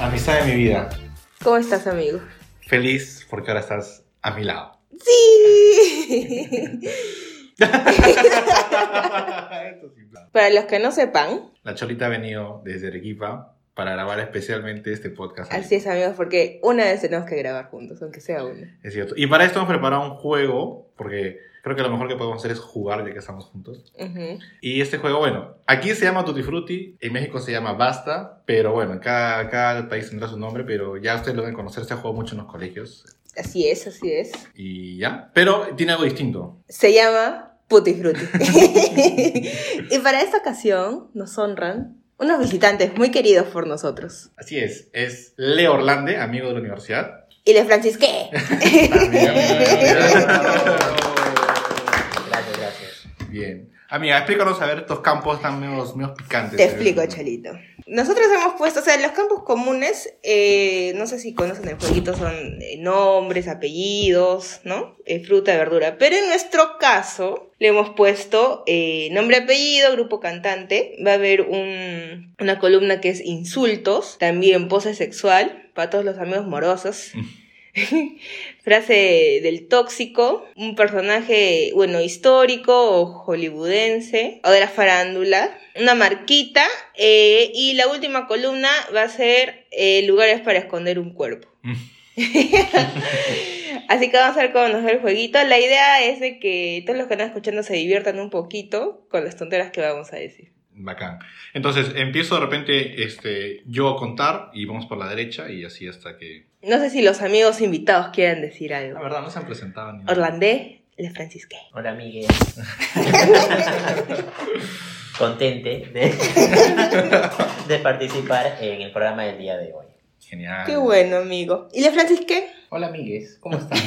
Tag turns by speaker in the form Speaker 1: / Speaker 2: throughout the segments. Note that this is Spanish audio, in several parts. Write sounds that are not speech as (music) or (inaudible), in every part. Speaker 1: amistad de mi vida.
Speaker 2: ¿Cómo estás, amigo?
Speaker 1: Feliz porque ahora estás a mi lado. (laughs)
Speaker 2: ¡Sí!
Speaker 1: Esto sí, claro.
Speaker 2: (laughs) Para los que no sepan,
Speaker 1: La Cholita ha venido desde Arequipa para grabar especialmente este podcast.
Speaker 2: así es, amigos, porque una vez tenemos que grabar juntos, aunque sea una.
Speaker 1: Es cierto. Y para esto hemos preparado un juego, porque creo que lo mejor que podemos hacer es jugar ya que estamos juntos.
Speaker 2: Ujú.
Speaker 1: Y este juego, bueno, aquí se llama Tutti Frutti, en México se llama Basta, pero bueno, en cada, cada país tendrá su nombre, pero ya ustedes lo deben conocer, se ha jugado mucho en los colegios
Speaker 2: Así es, así es.
Speaker 1: y ya. Pero tiene algo distinto.
Speaker 2: Se llama Puti (laughs) Frutti. y para esta ocasión nos honran unos visitantes muy queridos por nosotros.
Speaker 1: Así es, es Leo Orlande, amigo de la universidad.
Speaker 2: Y le francisqué.
Speaker 3: Gracias, gracias.
Speaker 1: Bien. Ah, Amiga, explícanos a ver estos campos están medios, medios picantes. eh,
Speaker 2: Te explico, Chalito. Nosotros hemos puesto, o sea, los campos comunes, eh, no sé si conocen el jueguito, son eh, nombres, apellidos, ¿no? Eh, fruta, verdura. Pero en nuestro caso, le hemos puesto eh, nombre, apellido, grupo cantante. Va a haber un- una columna que es insultos, también pose sexual, para todos los amigos morosos. Frase del tóxico, un personaje, bueno, histórico o hollywoodense, o de la farándula, una marquita, eh, y la última columna va a ser eh, lugares para esconder un cuerpo. (laughs) Así que vamos a ver cómo nos va el jueguito. La idea es de que todos los que están escuchando se diviertan un poquito con las tonteras que vamos a decir.
Speaker 1: Bacán. Entonces, empiezo de repente este, yo a contar y vamos por la derecha y así hasta que...
Speaker 2: No sé si los amigos invitados quieran decir
Speaker 1: La
Speaker 2: algo.
Speaker 1: verdad, no se han presentado ni nada.
Speaker 2: Orlandé, Le Francisque.
Speaker 3: Hola, Miguel. Contente de, de (laughs) participar en el programa del día de hoy.
Speaker 1: Genial.
Speaker 2: Qué bueno, amigo. ¿Y Le Francisque?
Speaker 4: Hola amigues, ¿cómo están?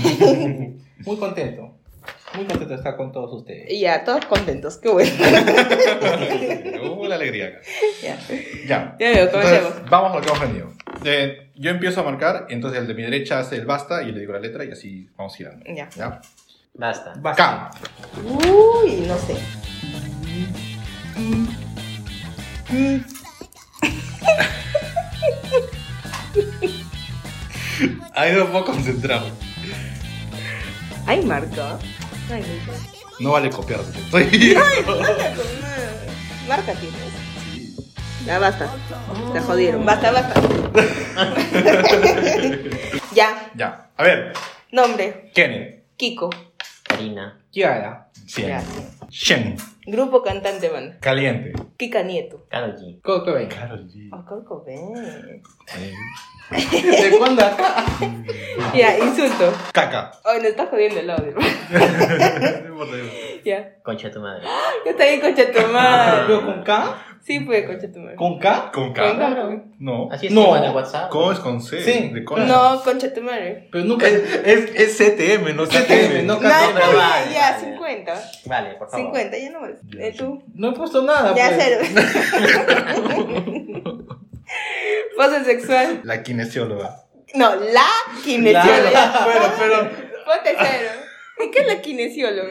Speaker 4: Muy contento, muy contento de estar con todos ustedes.
Speaker 2: Y ya, todos contentos, qué bueno.
Speaker 1: (laughs) Uh, la alegría acá.
Speaker 2: ya. Ya
Speaker 1: Ya.
Speaker 2: veo, ¿cómo
Speaker 1: Entonces,
Speaker 2: hacemos?
Speaker 1: vamos a lo que hemos venido. Eh, yo empiezo a marcar, entonces el de mi derecha hace el basta y le digo la letra y así vamos girando.
Speaker 2: Ya.
Speaker 1: ¿Ya?
Speaker 3: Basta.
Speaker 1: Bacán.
Speaker 2: Uy, no sé.
Speaker 1: Ahí no puedo concentrarme.
Speaker 2: Ay, Marco. Ay, Marco.
Speaker 1: No vale copiarte. (laughs) Estoy...
Speaker 2: Marca tienes. Ya basta. La jodieron. Basta, basta. (laughs) ya.
Speaker 1: ya. A ver,
Speaker 2: Nombre.
Speaker 1: Kenneth.
Speaker 2: Kiko.
Speaker 3: Karina.
Speaker 4: Kiara,
Speaker 1: Cien.
Speaker 2: Ya.
Speaker 1: Shen.
Speaker 2: Grupo cantante, man.
Speaker 1: Caliente.
Speaker 2: Kika Nieto.
Speaker 3: Karol G.
Speaker 4: ¿cómo te ven?
Speaker 1: (laughs) Carol G.
Speaker 2: Oh, Coco, ven.
Speaker 4: ¿De cuándo acá?
Speaker 2: Ya, insulto.
Speaker 1: Caca.
Speaker 2: Ay, nos está jodiendo el audio. (laughs) ya.
Speaker 3: Concha tu madre.
Speaker 2: Yo está bien, concha tu
Speaker 4: ¿Yo
Speaker 1: Ah.
Speaker 4: (laughs)
Speaker 2: madre.
Speaker 4: con K?
Speaker 2: Sí, pues, concha tu madre.
Speaker 4: ¿Con K?
Speaker 2: Con
Speaker 1: ¿Con K?
Speaker 2: cabrón.
Speaker 1: No.
Speaker 3: Así es
Speaker 4: No.
Speaker 3: igual a WhatsApp.
Speaker 1: ¿Cómo es con C?
Speaker 4: Sí.
Speaker 1: De cola.
Speaker 2: No, concha tu madre.
Speaker 4: Pero nunca.
Speaker 1: Es, es, es CTM, no CTM.
Speaker 4: CTM, no
Speaker 2: No, no,
Speaker 4: Catorce,
Speaker 2: ya,
Speaker 3: vale,
Speaker 2: ya,
Speaker 3: vale.
Speaker 2: 50.
Speaker 3: Vale, por favor.
Speaker 2: 50, ya no más.
Speaker 1: Ya,
Speaker 2: Eh, tú.
Speaker 4: No he puesto nada.
Speaker 2: Ya,
Speaker 4: pues. (laughs)
Speaker 2: cero. Pose sexual.
Speaker 1: La kinesióloga.
Speaker 2: No, la kinesióloga.
Speaker 4: Pero, pero.
Speaker 2: Ponte cero. ¿Y qué es la kinesióloga?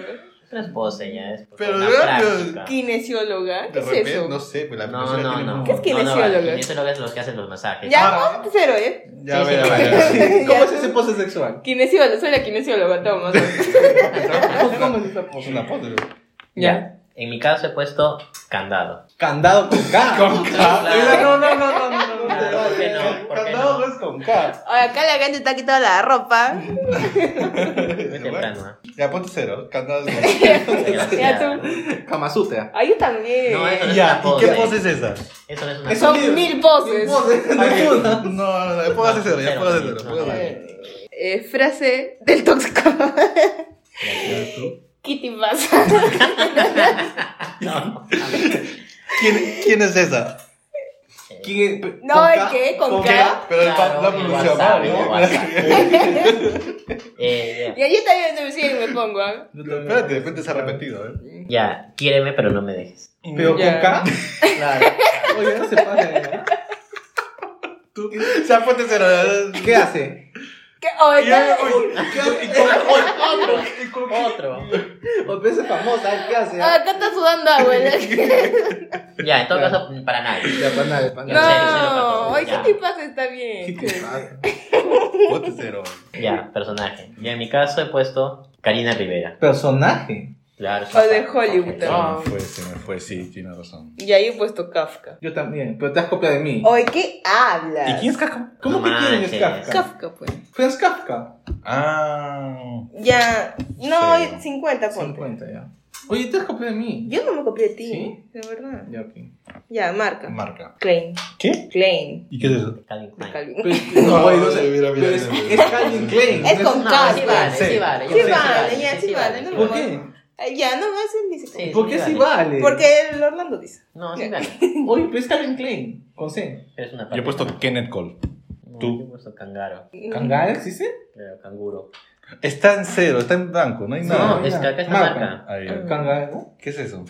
Speaker 3: Pero es pose ya, es
Speaker 1: Pero
Speaker 3: una
Speaker 1: no, no.
Speaker 3: práctica.
Speaker 2: ¿Kinesióloga? ¿Qué
Speaker 1: De
Speaker 2: es
Speaker 1: repente,
Speaker 2: eso?
Speaker 1: no sé, pues la
Speaker 3: No,
Speaker 1: kinesióloga tiene
Speaker 3: no, no.
Speaker 2: ¿Qué es
Speaker 1: un-
Speaker 2: que-
Speaker 3: no, no, vale.
Speaker 2: kinesiólogo?
Speaker 3: Kinesiólogo es los que hacen los masajes.
Speaker 2: Ya,
Speaker 4: Ah.
Speaker 2: ponte cero, ¿eh?
Speaker 1: (laughs) Ya, a
Speaker 3: Sí,
Speaker 1: ver,
Speaker 3: sí.
Speaker 1: a ver, a ver.
Speaker 4: ¿Cómo es ese pose
Speaker 1: (laughs)
Speaker 4: sexual?
Speaker 2: Kinesióloga, soy la kinesióloga, toma.
Speaker 4: ¿Cómo es esa
Speaker 1: Es
Speaker 4: pose?
Speaker 1: una pose.
Speaker 2: Ya.
Speaker 3: En mi caso he puesto candado.
Speaker 4: Candado con K.
Speaker 1: Con K.
Speaker 4: No, no, no, no, no, no, no.
Speaker 3: Claro, ¿por qué no? ¿Por qué
Speaker 4: Candado
Speaker 3: no?
Speaker 4: es con K.
Speaker 2: Ahora acá la gente está quitando la ropa.
Speaker 3: Muy temprano. ¿eh?
Speaker 1: Ya, ponte cero. Candado.
Speaker 2: Ya tú.
Speaker 4: Kamasutra.
Speaker 2: Ah, yo también.
Speaker 3: No, eso no es
Speaker 1: Ya,
Speaker 3: una
Speaker 1: ¿y
Speaker 3: pose.
Speaker 1: qué pose es esa?
Speaker 3: Eso no es una
Speaker 4: Eso-
Speaker 2: Son mil poses.
Speaker 1: (laughs) No,
Speaker 4: Pose.
Speaker 1: no, no, póngase cero, ya
Speaker 3: Cero,
Speaker 1: póngase
Speaker 3: no,
Speaker 1: cero.
Speaker 3: no,
Speaker 1: póngase cero.
Speaker 3: no,
Speaker 2: Eh, eh, frase del tóxico. Kitty pasa.
Speaker 1: ¿Quién, ¿Quién es esa?
Speaker 4: ¿Quién es?
Speaker 2: No,
Speaker 4: ¿Con
Speaker 2: ¿el
Speaker 4: K?
Speaker 2: qué? ¿Con K?
Speaker 1: Pero el pa-
Speaker 3: Claro,
Speaker 1: la
Speaker 3: el
Speaker 1: pronunciación
Speaker 3: WhatsApp,
Speaker 1: mal,
Speaker 3: el
Speaker 2: (laughs)
Speaker 1: ¿no?
Speaker 3: pose. Eh,
Speaker 2: Y allí también me siguen y me pongo. ¿ah?
Speaker 1: Espérate, de repente se ha repetido, ¿eh?
Speaker 3: ya. ya, quiéreme pero no me dejes.
Speaker 4: ¿Pero
Speaker 2: Ya.
Speaker 4: con
Speaker 1: (laughs)
Speaker 4: K?
Speaker 3: Claro.
Speaker 4: Oye, no se pasa. ¿eh?
Speaker 1: Tú- O sea, ponte cero.
Speaker 4: ¿Qué hace?
Speaker 2: ¿Qué? Oh,
Speaker 1: Y ya,
Speaker 2: está-
Speaker 1: uy,
Speaker 3: (laughs)
Speaker 1: y con-
Speaker 3: Otro. Otro.
Speaker 4: O veces famosa, ¿qué hace?
Speaker 2: Ah, acá está sudando agua. ¿no?
Speaker 3: Ya, en todo caso, para nadie.
Speaker 4: Ya, para nada, para
Speaker 3: No,
Speaker 4: nada.
Speaker 2: No, ay,
Speaker 3: ya.
Speaker 2: ¿qué te pasa? Está
Speaker 4: ¿Qué (laughs)
Speaker 2: bien.
Speaker 4: te pasa?
Speaker 1: Ponte cero.
Speaker 3: Ya, personaje. Y en mi caso he puesto Karina Rivera.
Speaker 4: Personaje.
Speaker 3: Claro.
Speaker 2: O de Hollywood.
Speaker 1: Se
Speaker 3: Ok.
Speaker 2: No.
Speaker 1: me fue, se me fue, sí, tiene razón.
Speaker 2: Y ahí he puesto Kafka.
Speaker 4: Yo también, pero te has copiado de mí.
Speaker 2: Oye, ¿qué hablas?
Speaker 1: ¿Y quién es Kafka?
Speaker 4: ¿Cómo
Speaker 3: No
Speaker 4: que quién
Speaker 3: manches.
Speaker 4: es Kafka?
Speaker 2: Kafka, pues.
Speaker 4: Franz Kafka.
Speaker 1: Ah.
Speaker 2: Ya, no,
Speaker 1: Sí.
Speaker 2: 50 ponte.
Speaker 4: 50 ya. Oye, te has copiado de mí.
Speaker 2: Yo no me copié de ti,
Speaker 4: ¿Sí?
Speaker 2: de verdad.
Speaker 4: Ya, ok.
Speaker 2: Ya, marca.
Speaker 1: Marca.
Speaker 2: Klein.
Speaker 1: ¿Qué?
Speaker 2: Klein.
Speaker 1: ¿Y qué es eso?
Speaker 3: Calvin Klein.
Speaker 2: De Calvin.
Speaker 4: Pero-
Speaker 1: No, (laughs)
Speaker 4: Pues, No, güey, no
Speaker 1: oye,
Speaker 4: sé,
Speaker 1: mira, mira,
Speaker 4: pero es,
Speaker 1: mira.
Speaker 4: es Calvin Klein.
Speaker 2: Es
Speaker 4: no
Speaker 2: con
Speaker 3: No,
Speaker 2: K,
Speaker 3: sí
Speaker 2: sí
Speaker 3: vale,
Speaker 1: sí.
Speaker 3: sí vale. yo
Speaker 2: Sí
Speaker 3: creo que
Speaker 2: vale, ya, sí vale, no
Speaker 4: ¿Por qué?
Speaker 2: Ay, Ya, no me hacen ni se
Speaker 3: Sí.
Speaker 4: ¿Por qué sí
Speaker 3: vale.
Speaker 4: vale?
Speaker 2: Porque el Orlando dice.
Speaker 3: No, sí vale.
Speaker 4: Oye, pero es Calvin Klein. Con C.
Speaker 3: Eres una
Speaker 1: Yo he puesto Kenneth Cole.
Speaker 3: No,
Speaker 1: tú.
Speaker 3: Yo he puesto Cangaro.
Speaker 4: ¿Kangal existe?
Speaker 3: Creo, canguro.
Speaker 1: Está en cero, está en blanco, no hay
Speaker 4: No,
Speaker 1: nada.
Speaker 3: No, es
Speaker 4: ya.
Speaker 3: que acá está
Speaker 4: Marca.
Speaker 3: marca.
Speaker 1: Ahí, ahí.
Speaker 4: Kangal. ¿no?
Speaker 1: ¿Qué es eso?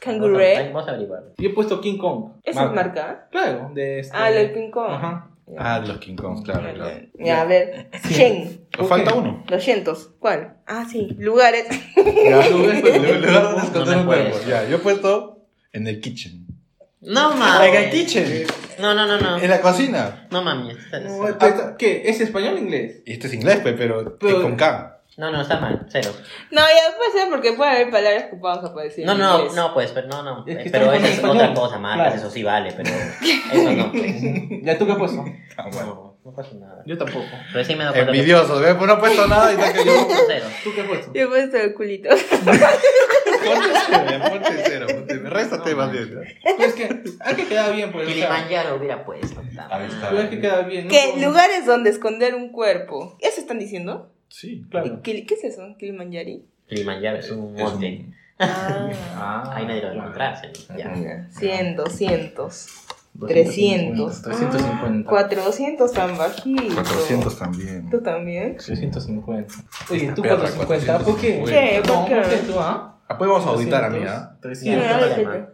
Speaker 2: Canguré.
Speaker 3: Vamos a averiguarlo.
Speaker 4: Yo he puesto King Kong.
Speaker 2: Esa es marca.
Speaker 4: Claro, de este.
Speaker 2: Ah, lo del King Kong.
Speaker 4: Ajá.
Speaker 1: Ah, los King Kongs, claro, claro. Pues
Speaker 2: Ya, a ver. 100.
Speaker 4: ¿Por
Speaker 1: Falta
Speaker 3: (laughs)
Speaker 4: qué?
Speaker 1: uno.
Speaker 2: 200. ¿Cuál? Ah, sí. Lugares.
Speaker 4: Tú ves,
Speaker 1: Le,
Speaker 4: pues,
Speaker 1: le voy a dar descontar
Speaker 3: No me
Speaker 1: un cuerpo.
Speaker 3: puedes.
Speaker 1: Ya, yo he puesto en el kitchen.
Speaker 3: No,
Speaker 1: En el
Speaker 3: mami.
Speaker 1: kitchen.
Speaker 3: No, no, no, no.
Speaker 1: En la cocina.
Speaker 3: No, mami.
Speaker 4: no,
Speaker 3: No,
Speaker 4: ahí está. pues, ¿Qué? ¿Es español
Speaker 1: (laughs)
Speaker 4: o inglés?
Speaker 1: Y esto es inglés, pe, pero,
Speaker 4: Pero-
Speaker 1: es con K.
Speaker 3: no, está mal. Cero.
Speaker 2: (laughs) No, ya puede ser porque puede haber palabras que podamos decir.
Speaker 3: No,
Speaker 2: en
Speaker 3: no,
Speaker 2: inglés.
Speaker 3: no, pues, pero no, no.
Speaker 4: Es que
Speaker 3: pero
Speaker 4: estamos
Speaker 3: esa es
Speaker 4: hablando
Speaker 3: otra
Speaker 4: español.
Speaker 3: cosa, marcas,
Speaker 4: Claro.
Speaker 3: eso sí vale, pero eso no,
Speaker 4: (laughs)
Speaker 3: pues.
Speaker 4: ¿Ya tú qué has puesto?
Speaker 1: Ah, bueno.
Speaker 3: No, no pasa nada.
Speaker 4: Yo tampoco.
Speaker 3: Recién me doy cuenta que-
Speaker 1: Ah, Envidioso, ¿ves? Pues no he puesto nada y está que yo.
Speaker 3: Cero.
Speaker 4: ¿Tú qué has puesto?
Speaker 2: Yo he puesto el
Speaker 3: (laughs)
Speaker 2: culito.
Speaker 1: Ponte cero, ponte cero. ponte- Réstate
Speaker 3: No,
Speaker 1: más
Speaker 3: man.
Speaker 1: bien.
Speaker 4: Pues es que hay que quedar bien, pues. o sea,
Speaker 3: Kilimanjaro hubiera puesto. puta
Speaker 1: Ahí está.
Speaker 4: tú hay que quedar bien. ¿no?
Speaker 2: ¿Qué?
Speaker 4: Como-
Speaker 2: Lugares donde esconder un cuerpo. ¿Eso están diciendo?
Speaker 1: Sí,
Speaker 4: Claro.
Speaker 2: ¿Qué, qué es eso? ¿Kilimanjari?
Speaker 3: Kilimanjaro es un
Speaker 1: Es
Speaker 3: monte.
Speaker 1: un-
Speaker 2: (laughs) Ah.
Speaker 3: Ahí nadie lo va a encontrar. sí, Ya.
Speaker 2: Ya, 100, 200, 300,
Speaker 4: 350.
Speaker 2: 400 Ah, tan bajito.
Speaker 1: 400 también.
Speaker 2: ¿Tú también?
Speaker 4: 350. Oye, tú
Speaker 1: Perra,
Speaker 4: 450, ¿por qué?
Speaker 1: Sí,
Speaker 2: ¿por qué?
Speaker 4: No, ¿por qué tú, ah?
Speaker 1: Ah, pues vamos a auditar a mí,
Speaker 4: 300,
Speaker 1: ¿ah?
Speaker 4: 300.
Speaker 3: no hay
Speaker 2: Sí.
Speaker 3: problema.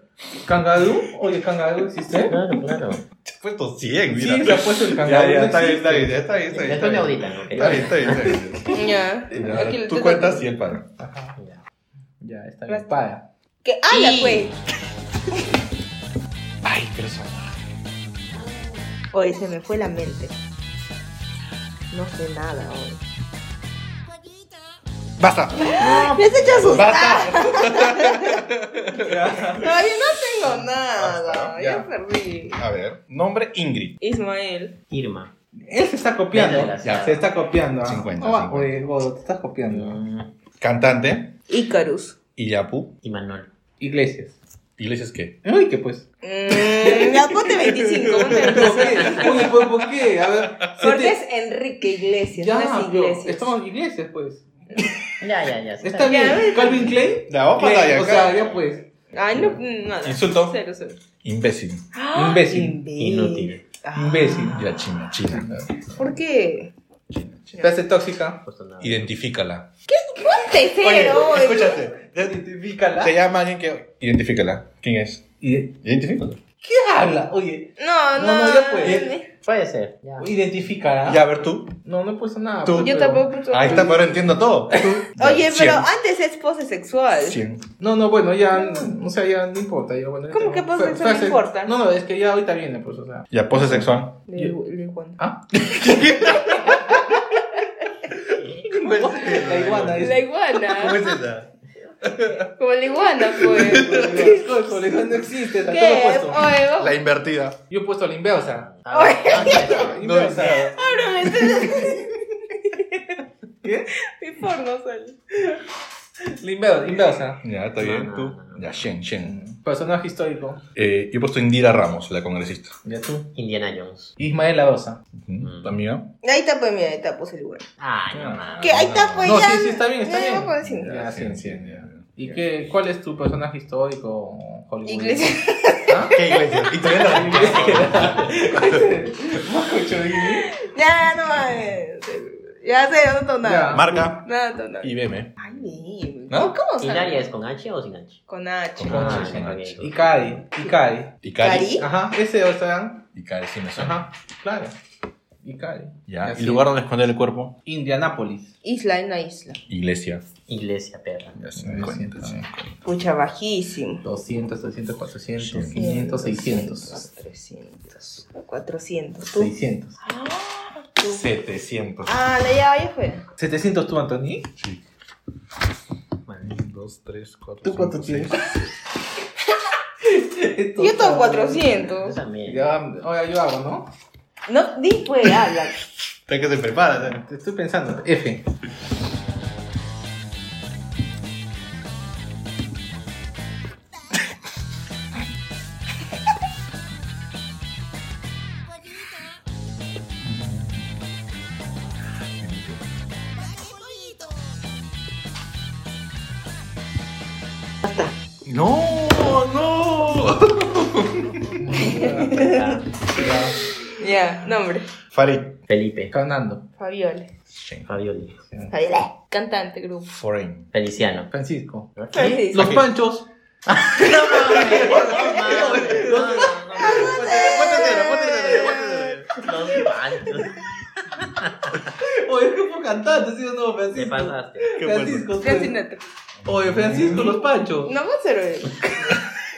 Speaker 4: ¿Kangaroo? Oye, ¿Kangaroo existe?
Speaker 3: Claro, claro.
Speaker 1: Te he puesto 100, mira.
Speaker 4: Sí, se ha puesto el
Speaker 1: Ya,
Speaker 4: kangaroo.
Speaker 1: ya, está bien,
Speaker 4: existe.
Speaker 1: está bien, ya está bien, está bien.
Speaker 3: Después me auditan, ok.
Speaker 1: Está bien, está bien, está bien.
Speaker 2: Ya.
Speaker 1: Ya,
Speaker 2: Aquí lo-
Speaker 1: Tú cuentas y el padre.
Speaker 4: Ajá,
Speaker 3: Ya.
Speaker 4: ya, está bien. Para.
Speaker 2: ¿Qué? ¡Hala, güey!
Speaker 1: Ay, pero son.
Speaker 2: Hoy se me fue la mente. No sé nada hoy.
Speaker 1: ¡Basta!
Speaker 2: ¡Me has hecho asustar!
Speaker 1: ¡Basta!
Speaker 2: Todavía no tengo nada.
Speaker 1: Basta,
Speaker 2: Ya,
Speaker 1: ya.
Speaker 2: perdí.
Speaker 1: A ver, nombre Ingrid.
Speaker 2: Ismael.
Speaker 3: Irma.
Speaker 4: Él se está copiando.
Speaker 3: Vete de la
Speaker 4: Ya, Se está copiando. ah.
Speaker 1: 50,
Speaker 4: Ah,
Speaker 1: 50.
Speaker 4: Oye, Godo, te estás copiando.
Speaker 1: Mm. Cantante.
Speaker 2: Icarus.
Speaker 1: Iyapu.
Speaker 3: Y Manuel.
Speaker 4: Iglesias.
Speaker 1: ¿Iglesias qué?
Speaker 4: Uy,
Speaker 2: (laughs)
Speaker 4: que pues.
Speaker 2: Mm, ya ponte 25, ponte
Speaker 4: (laughs) ¿Por
Speaker 2: 25.
Speaker 4: qué? Oye, pues, ¿por qué? A ver. se
Speaker 2: Porque
Speaker 4: te-
Speaker 2: es Enrique Iglesias,
Speaker 4: Ya,
Speaker 2: no es
Speaker 4: pero
Speaker 2: Iglesias.
Speaker 4: estamos iglesias, pues.
Speaker 3: Ya, ya, ya. sí,
Speaker 4: Está bien. Calvin Klein.
Speaker 1: La vamos a
Speaker 4: Klein,
Speaker 1: pasar
Speaker 4: o sea, ya pues.
Speaker 2: Ay, no, nada.
Speaker 1: Insulto.
Speaker 2: Cero, cero.
Speaker 1: Imbécil.
Speaker 4: Imbécil.
Speaker 3: Inútil.
Speaker 2: Ah.
Speaker 4: Imbécil.
Speaker 1: Ya, China, China.
Speaker 2: ¿Por qué?
Speaker 4: Te hace tóxica.
Speaker 3: No puesto nada.
Speaker 1: Identifícala.
Speaker 2: Ponte cero.
Speaker 1: Oye,
Speaker 2: oye.
Speaker 1: escúchate.
Speaker 4: Identifícala.
Speaker 1: Te llama alguien que. Identifícala. ¿Quién es?
Speaker 4: Ide-
Speaker 1: Identifícala.
Speaker 4: ¿Qué habla? Oye,
Speaker 2: No, no,
Speaker 4: No, no, ya pues.
Speaker 3: Puede ser. Ya.
Speaker 4: identifícala.
Speaker 1: Ya, a ver tú.
Speaker 4: No, no he puesto nada.
Speaker 1: Tú.
Speaker 4: pues,
Speaker 2: Yo
Speaker 4: pero-
Speaker 2: tampoco. puse-
Speaker 1: Ahí está, pero ahora entiendo todo.
Speaker 2: (laughs) Oye,
Speaker 1: Ya,
Speaker 2: pero
Speaker 1: cien.
Speaker 2: antes es pose sexual.
Speaker 1: Cien.
Speaker 4: No, no, bueno, ya. O sea, ya no importa. Ya, bueno, ya
Speaker 2: ¿Cómo
Speaker 4: tengo-
Speaker 2: que pasa
Speaker 4: fra-
Speaker 2: eso? No
Speaker 4: frase-
Speaker 2: importa.
Speaker 4: No, no, es que ya ahorita viene, pues, o sea.
Speaker 1: Ya, pose sexual.
Speaker 2: De, de Juan.
Speaker 4: Ah,
Speaker 1: La
Speaker 4: la
Speaker 2: La
Speaker 4: iguana.
Speaker 1: (laughs)
Speaker 4: dice.
Speaker 1: ¿Cómo es
Speaker 2: iguana.
Speaker 1: esa?
Speaker 2: Como la iguana, pues.
Speaker 4: ¿Qué cosa? La iguana no existe. ¿Tú lo
Speaker 2: ¿Qué?
Speaker 4: has
Speaker 2: Oye,
Speaker 4: puesto?
Speaker 2: vamos.
Speaker 1: La invertida.
Speaker 4: Yo he puesto la
Speaker 3: (laughs)
Speaker 4: inversa.
Speaker 3: Ah,
Speaker 4: La inversa.
Speaker 2: Ábrame, te-
Speaker 4: ¿Qué?
Speaker 2: mi porno sale.
Speaker 4: La inver- inversa.
Speaker 1: Ya, está
Speaker 3: No,
Speaker 1: bien,
Speaker 3: no,
Speaker 1: tú.
Speaker 3: no, no.
Speaker 1: Ya, Shen, Shen.
Speaker 4: Personaje histórico.
Speaker 1: Eh, yo he puesto Indira Ramos, la congresista.
Speaker 4: Ya tú.
Speaker 3: Indiana Jones.
Speaker 4: Ismael Larosa.
Speaker 1: Ujú. Amiga.
Speaker 2: Ahí está, pues, mira, ahí está, pose el lugar.
Speaker 3: Ay, no
Speaker 4: Ah.
Speaker 3: mames.
Speaker 2: Que ahí está, pues,
Speaker 4: No,
Speaker 2: ya.
Speaker 4: sí, sí, está bien, está
Speaker 2: Ya, pues,
Speaker 4: bien.
Speaker 2: vamos a decir.
Speaker 4: Ya, cien, cien,
Speaker 1: ya.
Speaker 4: ¿Y qué, cuál es tu personaje histórico, Hollywood?
Speaker 2: Iglesias.
Speaker 4: ¿Ah?
Speaker 1: ¿Qué iglesia? Y todavía la
Speaker 2: (laughs)
Speaker 4: (laughs)
Speaker 2: Ya, no mames. Ya sé, no tengo nada.
Speaker 4: Ya.
Speaker 1: Marca.
Speaker 2: Nada, no tengo nada.
Speaker 1: IBM.
Speaker 2: Ay, bien.
Speaker 1: ¿No?
Speaker 2: ¿Cómo sabes?
Speaker 3: ¿Hilaria es con H o sin H?
Speaker 2: Con H.
Speaker 1: Con
Speaker 4: Con
Speaker 3: Ah,
Speaker 4: H,
Speaker 1: con
Speaker 3: ok,
Speaker 1: H.
Speaker 3: ok.
Speaker 4: Ikari, Ikari.
Speaker 1: Icari.
Speaker 2: ¿Cari?
Speaker 4: Ajá, ese o sea,
Speaker 1: Icari, sí me suena.
Speaker 4: ajá, claro. y Cali.
Speaker 1: ¿Ya?
Speaker 4: Así.
Speaker 1: ¿Y lugar donde esconder el cuerpo?
Speaker 4: Indianápolis.
Speaker 2: Isla en la isla.
Speaker 1: Iglesia.
Speaker 3: Iglesia, perra.
Speaker 1: Ya se me cuenta, sí.
Speaker 4: 200,
Speaker 2: Pucha, bajísimo.
Speaker 4: 300, 400,
Speaker 1: Sí.
Speaker 4: 500, 600.
Speaker 2: 300. 400. ¿Tú?
Speaker 4: 600.
Speaker 2: Ah, tú.
Speaker 1: 700.
Speaker 2: Ah, la ya, ya fue.
Speaker 4: 700 tú, Anthony.
Speaker 1: Sí. 2, 3, 4.
Speaker 4: ¿Tú cuánto tienes? (laughs)
Speaker 2: Yo tengo 400.
Speaker 3: Yo también.
Speaker 4: Ya, ahora yo hago, ¿no?
Speaker 2: No, di, pues, habla.
Speaker 1: Está que eh. se prepara.
Speaker 4: Te estoy pensando. (laughs) F.
Speaker 1: No, no.
Speaker 3: Ah,
Speaker 2: Ya, nombre.
Speaker 1: Farid.
Speaker 3: Felipe.
Speaker 4: Fernando.
Speaker 2: Fabiola.
Speaker 3: Fabio Díaz.
Speaker 2: Fabiola. Cantante, grupo.
Speaker 1: Foreign.
Speaker 3: (laughs) Feliciano.
Speaker 4: Francisco.
Speaker 2: Francisco.
Speaker 4: Los Panchos.
Speaker 3: Los panchos.
Speaker 4: Oye, es como cantante, ¿sí o no?
Speaker 3: Te
Speaker 4: Francisco.
Speaker 3: pasaste.
Speaker 1: ¿Qué
Speaker 4: Francisco.
Speaker 2: Francis
Speaker 4: pues.
Speaker 2: Neto.
Speaker 4: Oye, Francisco, los Panchos.
Speaker 2: No va a ser él. (laughs)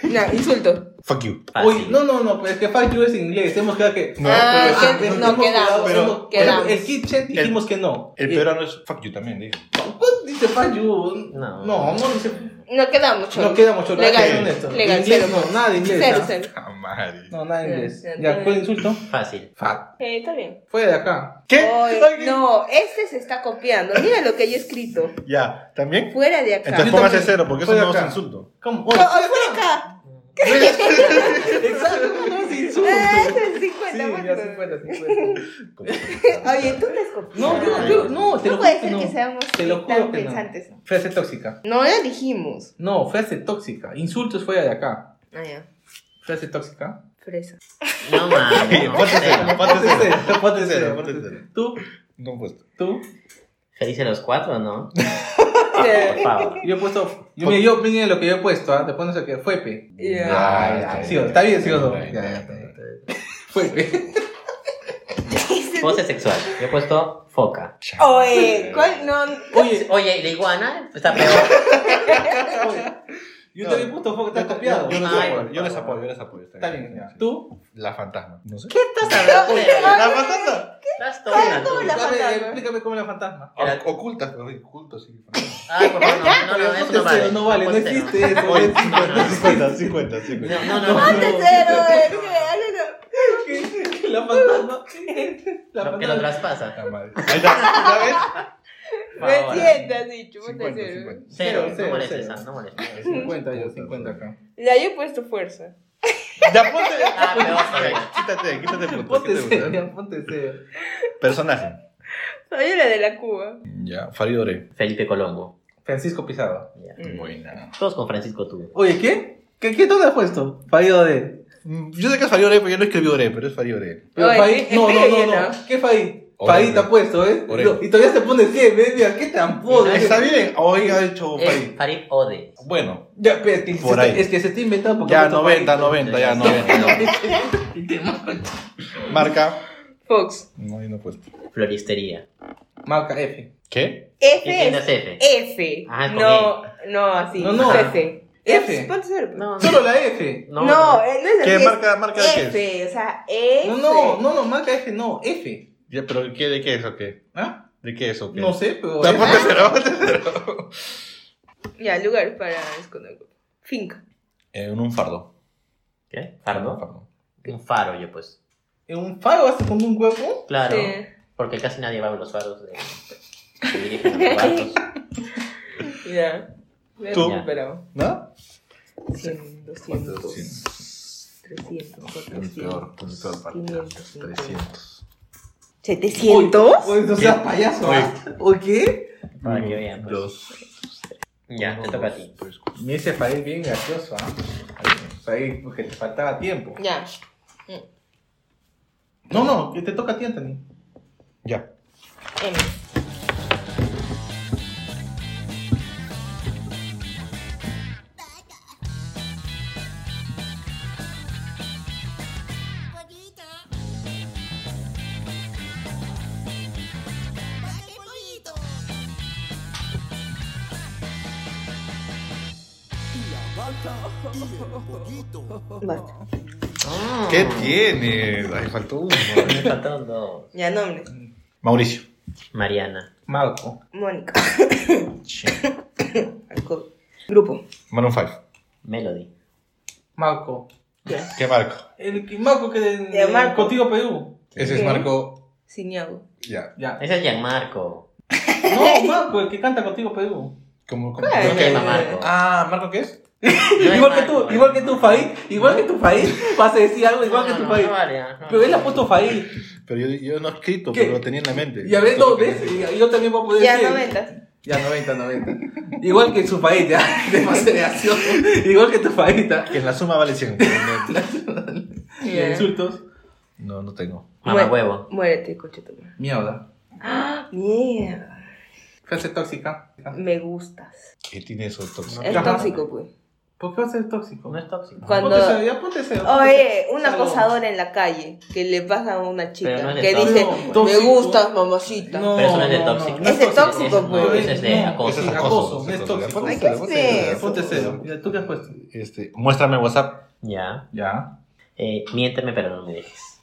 Speaker 2: No, insulto.
Speaker 1: Fuck you.
Speaker 4: Oye,
Speaker 3: Fácil.
Speaker 4: no, no, no, pues es que fuck you es inglés. Hemos quedado que.
Speaker 1: No,
Speaker 2: Ah,
Speaker 1: pero
Speaker 2: que-
Speaker 1: es-
Speaker 2: no,
Speaker 4: hemos
Speaker 2: quedamos,
Speaker 4: quedado,
Speaker 1: pero-
Speaker 4: hemos-
Speaker 2: quedamos.
Speaker 4: El kitchen dijimos que no.
Speaker 1: El
Speaker 4: Y-
Speaker 1: peruano es fuck you también, digo.
Speaker 4: Pues, Dice fuck you.
Speaker 3: No.
Speaker 4: No, no dice.
Speaker 2: No queda mucho.
Speaker 4: No queda mucho.
Speaker 2: Legal.
Speaker 4: hay que ser honesto.
Speaker 2: Legal,
Speaker 4: Inglés,
Speaker 2: cero.
Speaker 4: no, nada de inglés.
Speaker 2: Cero,
Speaker 4: ¿ah?
Speaker 2: cero.
Speaker 1: Amari.
Speaker 4: No, nada de inglés.
Speaker 2: Cero,
Speaker 4: Ya,
Speaker 2: cero.
Speaker 4: ¿cuál insulto?
Speaker 3: Fácil.
Speaker 4: Fuck.
Speaker 2: Eh, está bien.
Speaker 4: Fuera de acá.
Speaker 1: ¿Qué?
Speaker 2: Oy,
Speaker 1: Ay,
Speaker 2: no, este se está copiando. Mira lo que yo he escrito.
Speaker 1: Ya, ¿también?
Speaker 2: Fuera de acá.
Speaker 1: Entonces
Speaker 4: Yo
Speaker 1: póngase
Speaker 4: también.
Speaker 1: cero, porque eso
Speaker 4: Voy
Speaker 1: no es
Speaker 4: acá.
Speaker 1: insulto.
Speaker 4: ¿Cómo?
Speaker 2: No,
Speaker 4: Oye,
Speaker 2: oh, fuera
Speaker 4: (laughs)
Speaker 2: acá.
Speaker 4: Exacto, no es insulto.
Speaker 2: Eh, este es
Speaker 4: Sí,
Speaker 2: 50, bueno.
Speaker 4: ya 50, 50.
Speaker 2: Oye, tú no has copiado.
Speaker 4: No, yo, yo, no, te
Speaker 2: No puede
Speaker 4: lo juro
Speaker 2: ser
Speaker 4: que no.
Speaker 2: que seamos
Speaker 4: Te lo
Speaker 2: tan
Speaker 4: juro que
Speaker 2: pensantes.
Speaker 4: no. Frase tóxica.
Speaker 2: No la dijimos.
Speaker 4: No, frase tóxica. Insultos fuera de acá.
Speaker 2: Ah, ya.
Speaker 4: Frase tóxica.
Speaker 2: Fresa.
Speaker 3: No mames. no
Speaker 1: Ponte
Speaker 3: sé.
Speaker 1: cero, ponte cero, ponte cero, ponte
Speaker 4: Ponte cero.
Speaker 1: cero.
Speaker 4: Tú,
Speaker 1: No puesto.
Speaker 4: tú.
Speaker 3: Feliz a los cuatro, ¿no?
Speaker 2: (laughs) Ya.
Speaker 3: Por favor.
Speaker 4: Yo he puesto. Yo, mira, yo, mira lo que yo he puesto. ¿ah? Te pones el que fue P.
Speaker 2: (laughs)
Speaker 1: Ah,
Speaker 4: ya,
Speaker 1: está
Speaker 4: sí,
Speaker 1: bien,
Speaker 4: está bien, sí o no.
Speaker 1: está bien,
Speaker 4: Ya,
Speaker 1: está
Speaker 4: ya,
Speaker 1: bien,
Speaker 4: está Fue P.
Speaker 3: Pose sexual. Yo he puesto foca.
Speaker 1: (laughs)
Speaker 2: Oye, ¿cuál? No.
Speaker 4: Oye,
Speaker 3: Oye, la iguana Pues está peor.
Speaker 4: yo
Speaker 1: No.
Speaker 4: te había puesto foco, te has copiado.
Speaker 1: Yo les
Speaker 3: Ay,
Speaker 1: apoyo, yo
Speaker 3: por
Speaker 1: les
Speaker 3: favor.
Speaker 1: apoyo, yo les apoyo.
Speaker 4: Está bien, ya.
Speaker 1: sí.
Speaker 4: Tú.
Speaker 1: La fantasma. No sé.
Speaker 3: Estás hablando de-
Speaker 1: ¿La fantasma?
Speaker 3: Estás
Speaker 2: ¿Sabes
Speaker 3: tonta.
Speaker 2: cómo
Speaker 3: tú.
Speaker 2: la-
Speaker 4: Explícame,
Speaker 2: fantasma.
Speaker 4: explícame cómo es
Speaker 1: (laughs)
Speaker 4: la fantasma.
Speaker 3: Era-
Speaker 1: O- Oculta, pero oculto, sí. fantasma.
Speaker 3: Ay, Ah, por favor, no, no, no,
Speaker 4: Pero
Speaker 3: eso
Speaker 4: ponte
Speaker 3: no vale.
Speaker 4: cero, no vale, no
Speaker 3: Ponte
Speaker 4: existe
Speaker 3: cero.
Speaker 4: eso.
Speaker 1: Oye,
Speaker 3: No, no, no.
Speaker 1: 50, 50, 50.
Speaker 3: No, no, no.
Speaker 2: Ponte cero, eh, no me hagas, no.
Speaker 4: ¿Qué? (laughs) La fantasma. La
Speaker 3: Lo que lo
Speaker 4: fantasma.
Speaker 3: traspasa.
Speaker 1: La madre. Ahí está, ¿ya
Speaker 2: Me
Speaker 3: Ahora.
Speaker 2: sientas, dicho,
Speaker 1: ves?
Speaker 2: ponte
Speaker 1: 50,
Speaker 2: cero.
Speaker 1: 50.
Speaker 3: Cero,
Speaker 4: Cero,
Speaker 3: no molestes,
Speaker 4: cero.
Speaker 3: Sam, no molestes.
Speaker 4: 50 yo, 50 acá.
Speaker 2: Ya yo he puesto fuerza.
Speaker 1: Ya ponte.
Speaker 3: Ah,
Speaker 1: ponte-
Speaker 3: peor, peor.
Speaker 1: Quítate, quítate el punto.
Speaker 4: Ponte
Speaker 1: quítate el punto.
Speaker 4: serio, ponte serio.
Speaker 1: Personaje.
Speaker 2: Soy la de la Cuba.
Speaker 1: Ya, Faridore.
Speaker 3: Felipe Colombo.
Speaker 4: Francisco Pizarro.
Speaker 3: Ya.
Speaker 2: Mm.
Speaker 1: Buena.
Speaker 3: Todos con Francisco tú.
Speaker 4: Oye, ¿qué? ¿Qué, qué tú le has puesto? Fallido de.
Speaker 1: Mm, Yo sé que es Faridore, pero yo no escribí Ore, pero es Faridore.
Speaker 4: Pero
Speaker 2: Oye,
Speaker 4: Farid-
Speaker 2: ¿qué-
Speaker 4: No,
Speaker 2: qué
Speaker 4: no, no,
Speaker 2: bien,
Speaker 4: no.
Speaker 2: ah?
Speaker 4: ¿Qué Farid?
Speaker 1: Oreja.
Speaker 4: Farid te ha puesto, ¿eh?
Speaker 1: Oreja.
Speaker 4: No, y todavía te pones 100, ¿eh? Mira, qué tramposo.
Speaker 1: Está bien. Hoy ha hecho
Speaker 3: Es
Speaker 1: Farid.
Speaker 3: Eh, Farid Ode.
Speaker 1: Bueno,
Speaker 4: Ya, pero es que,
Speaker 1: Por
Speaker 4: se,
Speaker 1: ahí.
Speaker 4: es que se te ha inventado porque.
Speaker 1: ya
Speaker 4: ha puesto
Speaker 1: 90,
Speaker 4: Farid.
Speaker 1: 90, ya 90. Marca.
Speaker 2: Fox.
Speaker 1: No, yo no he puesto.
Speaker 3: Floristería.
Speaker 4: Marca F.
Speaker 1: ¿Qué?
Speaker 3: ¿Qué
Speaker 2: F
Speaker 3: tiendas
Speaker 2: es
Speaker 3: F?
Speaker 2: F.
Speaker 3: Ah, con
Speaker 2: No, no, así.
Speaker 4: No, no.
Speaker 2: F.
Speaker 4: F.
Speaker 2: F. Ponte cero. No,
Speaker 3: No,
Speaker 4: Solo la F.
Speaker 2: no, eh, no es así.
Speaker 1: ¿Qué
Speaker 2: es
Speaker 1: marca, marca de qué es?
Speaker 2: F, o sea, F.
Speaker 4: No, no, no, no, marca F, no, F.
Speaker 1: Ya, pero ¿qué, ¿de qué es o qué?
Speaker 4: ¿Ah?
Speaker 1: ¿De qué es o qué?
Speaker 4: No sé, pero.
Speaker 1: Ya, ponte
Speaker 4: F.
Speaker 1: cero, ponte cero. (laughs)
Speaker 2: Ya, lugar para esconder. Finca.
Speaker 1: En Eh, un fardo.
Speaker 3: ¿Qué?
Speaker 1: Un
Speaker 3: ¿Fardo? Un faro yo pues.
Speaker 4: ¿En un faro hace con un huevo?
Speaker 3: Claro.
Speaker 2: Sí.
Speaker 3: Porque casi nadie va a los faros de...
Speaker 2: (laughs)
Speaker 3: Se dirigen a los barcos.
Speaker 2: Ya. Me
Speaker 1: Tú.
Speaker 2: recuperaba.
Speaker 1: ¿No?
Speaker 2: 100, 200,
Speaker 1: ¿Cuántos?
Speaker 2: 300,
Speaker 1: El
Speaker 2: 400,
Speaker 1: peor, el peor partido.
Speaker 2: 500,
Speaker 1: 300.
Speaker 2: 700.
Speaker 4: Uy, uy, no seas payaso.
Speaker 1: Uy.
Speaker 4: ¿ah? ¿O qué?
Speaker 3: Para que
Speaker 1: Uno,
Speaker 3: vean, pues.
Speaker 1: Dos.
Speaker 3: Ya, te
Speaker 1: uno,
Speaker 3: toca a
Speaker 1: dos,
Speaker 3: ti.
Speaker 1: tres, cuatro.
Speaker 4: Me dice Farid bien gracioso, ¿ah? Farid, porque te faltaba tiempo.
Speaker 2: Ya.
Speaker 4: No, no, que te toca a ti, Anthony.
Speaker 1: Ya.
Speaker 4: Em.
Speaker 2: M. Basta.
Speaker 1: ¿Qué tiene? Ay, faltó uno.
Speaker 3: Me faltaron dos.
Speaker 2: Ya, nombre.
Speaker 1: Mauricio.
Speaker 3: Mariana.
Speaker 4: Malco.
Speaker 2: Mónica. Alcohol. Grupo.
Speaker 1: Maroon 5.
Speaker 3: Melody.
Speaker 4: Malco.
Speaker 1: ¿Qué marco?
Speaker 4: El que- Malco que de,
Speaker 2: De Marco.
Speaker 4: Contigo Perú.
Speaker 1: Ese es
Speaker 2: ¿Qué?
Speaker 1: Marco.
Speaker 2: Siniago.
Speaker 1: Ya.
Speaker 4: Ya.
Speaker 3: Ese es Gianmarco.
Speaker 4: No, Marco, el que canta Contigo Perú.
Speaker 1: ¿Cómo, cómo?
Speaker 2: Claro.
Speaker 4: Eh,
Speaker 3: No quema Marco.
Speaker 1: Ah, ¿Marco qué es?
Speaker 3: No
Speaker 4: (laughs) igual
Speaker 3: es
Speaker 4: que tú,
Speaker 3: Marco.
Speaker 4: igual que tu Faid, igual que tu Faid,
Speaker 3: (laughs)
Speaker 4: vas a decir algo igual
Speaker 3: No,
Speaker 4: que tu
Speaker 3: no,
Speaker 4: Faid.
Speaker 3: no vale, ajá.
Speaker 4: Pero él ha puesto Faid.
Speaker 1: Pero yo, yo no he escrito,
Speaker 4: ¿Qué?
Speaker 1: pero lo tenía en la mente.
Speaker 4: Y a ver,
Speaker 1: Todo
Speaker 4: no,
Speaker 1: lo que
Speaker 4: ¿ves?
Speaker 1: pensé.
Speaker 4: Y Yo también voy a poder
Speaker 2: Ya,
Speaker 4: decir.
Speaker 2: 90.
Speaker 4: Ya, 90, 90. Igual que su
Speaker 3: (laughs)
Speaker 4: faeta, de maceración. Igual que tu faeta.
Speaker 1: Que en la suma vale 100. pero no-
Speaker 4: De Insultos.
Speaker 1: No, no tengo.
Speaker 3: Mamá huevo.
Speaker 2: Muérete, coche tu madre.
Speaker 4: Mierda.
Speaker 2: ¡Ah! Mierda.
Speaker 4: Frase tóxica.
Speaker 2: Me gustas.
Speaker 1: ¿Qué tiene eso tóxico?
Speaker 2: Es
Speaker 4: Ajá.
Speaker 2: tóxico, pues.
Speaker 4: ¿Por qué va a ser tóxico?
Speaker 3: No es tóxico.
Speaker 2: Cuando-
Speaker 4: Ponte serio, ya ponte serio.
Speaker 2: Oye, un
Speaker 4: Salgo.
Speaker 2: acosador en la calle que le pasa a una chica
Speaker 3: Pero no es de
Speaker 2: que
Speaker 3: tóxico.
Speaker 2: dice,
Speaker 4: No,
Speaker 2: me
Speaker 4: tóxico.
Speaker 2: gustas, mamacita. (laughs)
Speaker 4: No,
Speaker 3: Pero eso no es de
Speaker 4: no, no,
Speaker 3: tóxico.
Speaker 4: no es
Speaker 2: Ese tóxico,
Speaker 3: Ese-
Speaker 2: pues.
Speaker 3: no, ese es de
Speaker 4: No,
Speaker 3: acoso.
Speaker 4: ese es acoso, no es
Speaker 1: acoso.
Speaker 4: tóxico.
Speaker 1: Ponte
Speaker 2: Ay, ¿qué
Speaker 1: cero,
Speaker 2: es
Speaker 1: cero,
Speaker 2: eso?
Speaker 4: Ponte cero.
Speaker 1: cero.
Speaker 4: Mira, ¿tú qué has puesto?
Speaker 1: Este, muéstrame WhatsApp.
Speaker 3: Ya.
Speaker 4: Ya.
Speaker 3: Eh, miénteme, pero no me dejes.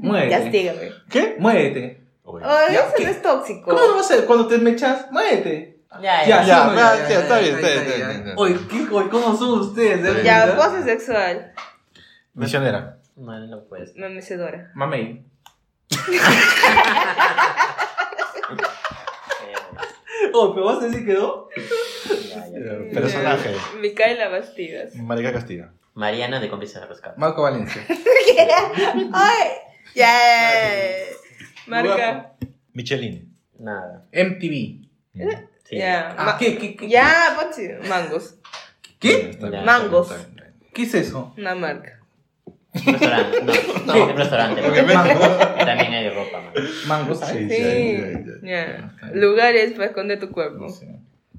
Speaker 4: Muévete.
Speaker 2: Castígame.
Speaker 4: ¿Qué? Muévete.
Speaker 1: Oye.
Speaker 2: Ay,
Speaker 4: Ya,
Speaker 2: eso
Speaker 4: ¿qué?
Speaker 2: no es tóxico.
Speaker 4: ¿Cómo no vas a Cuando te mechas, muévete.
Speaker 3: Ya,
Speaker 4: Ya,
Speaker 3: ya.
Speaker 1: ya,
Speaker 4: ya,
Speaker 1: ya,
Speaker 4: ya,
Speaker 1: ya, está
Speaker 4: ya,
Speaker 1: bien,
Speaker 4: ya,
Speaker 1: está bien,
Speaker 4: ya,
Speaker 1: está
Speaker 4: ya.
Speaker 1: bien.
Speaker 4: Oye, ¿qué- oye, ¿cómo son ustedes? de
Speaker 2: Ya, pues.
Speaker 4: verdad?
Speaker 2: pose sexual.
Speaker 1: Misionera.
Speaker 3: No, no puedes.
Speaker 2: Mamecedora.
Speaker 4: Mamey.
Speaker 3: Eh,
Speaker 4: Oh, pero vas a decir que no.
Speaker 3: ya, ya.
Speaker 1: Eh, Personaje.
Speaker 2: Eh, Micaela Bastidas.
Speaker 1: Marica Castilla.
Speaker 3: Mariana de cómplices de rescate.
Speaker 4: Marco Valencia.
Speaker 2: ¡Ay! ¡Ya! Marca.
Speaker 4: Guapo.
Speaker 1: Michelin.
Speaker 3: Nada.
Speaker 4: MTV.
Speaker 1: ¿Eh?
Speaker 3: Sí.
Speaker 2: Ya.
Speaker 4: Ah, ¿qué, qué, qué,
Speaker 2: Ya, Patsy. Mangos.
Speaker 4: ¿Qué?
Speaker 1: Está bien,
Speaker 2: Mangos.
Speaker 1: está bien, está bien.
Speaker 4: ¿Qué es eso?
Speaker 2: Una marca.
Speaker 3: Un restaurante. No, no, un restaurante.
Speaker 4: Mango.
Speaker 3: porque También hay ropa, man.
Speaker 4: Mango, ¿sabes?
Speaker 2: Sí.
Speaker 1: Sí, ya, ya,
Speaker 2: Ya.
Speaker 4: está bien.
Speaker 2: Lugares para esconder tu cuerpo.
Speaker 4: No sé.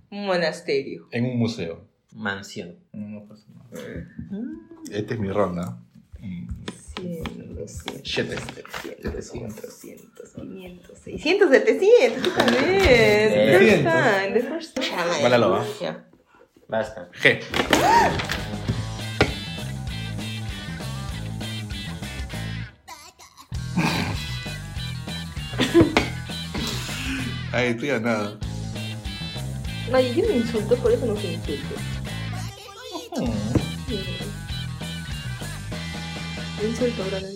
Speaker 2: Un monasterio.
Speaker 1: En un museo.
Speaker 3: Mansión.
Speaker 4: No, no pasa nada.
Speaker 1: Esta Este es mi ronda. Mm,
Speaker 2: 100, 200,
Speaker 1: Siete.
Speaker 2: 300, 400, 500, 600, 700. ¿Qué tal vez?
Speaker 3: Eh,
Speaker 2: The first time. The first time.
Speaker 1: Vale, lo va.
Speaker 2: Ya.
Speaker 3: Basta.
Speaker 1: G. Ay, estoy a nada.
Speaker 2: Oye, yo no insulto, por eso no se insulto.
Speaker 1: Mm.
Speaker 2: No insulto, Brandon.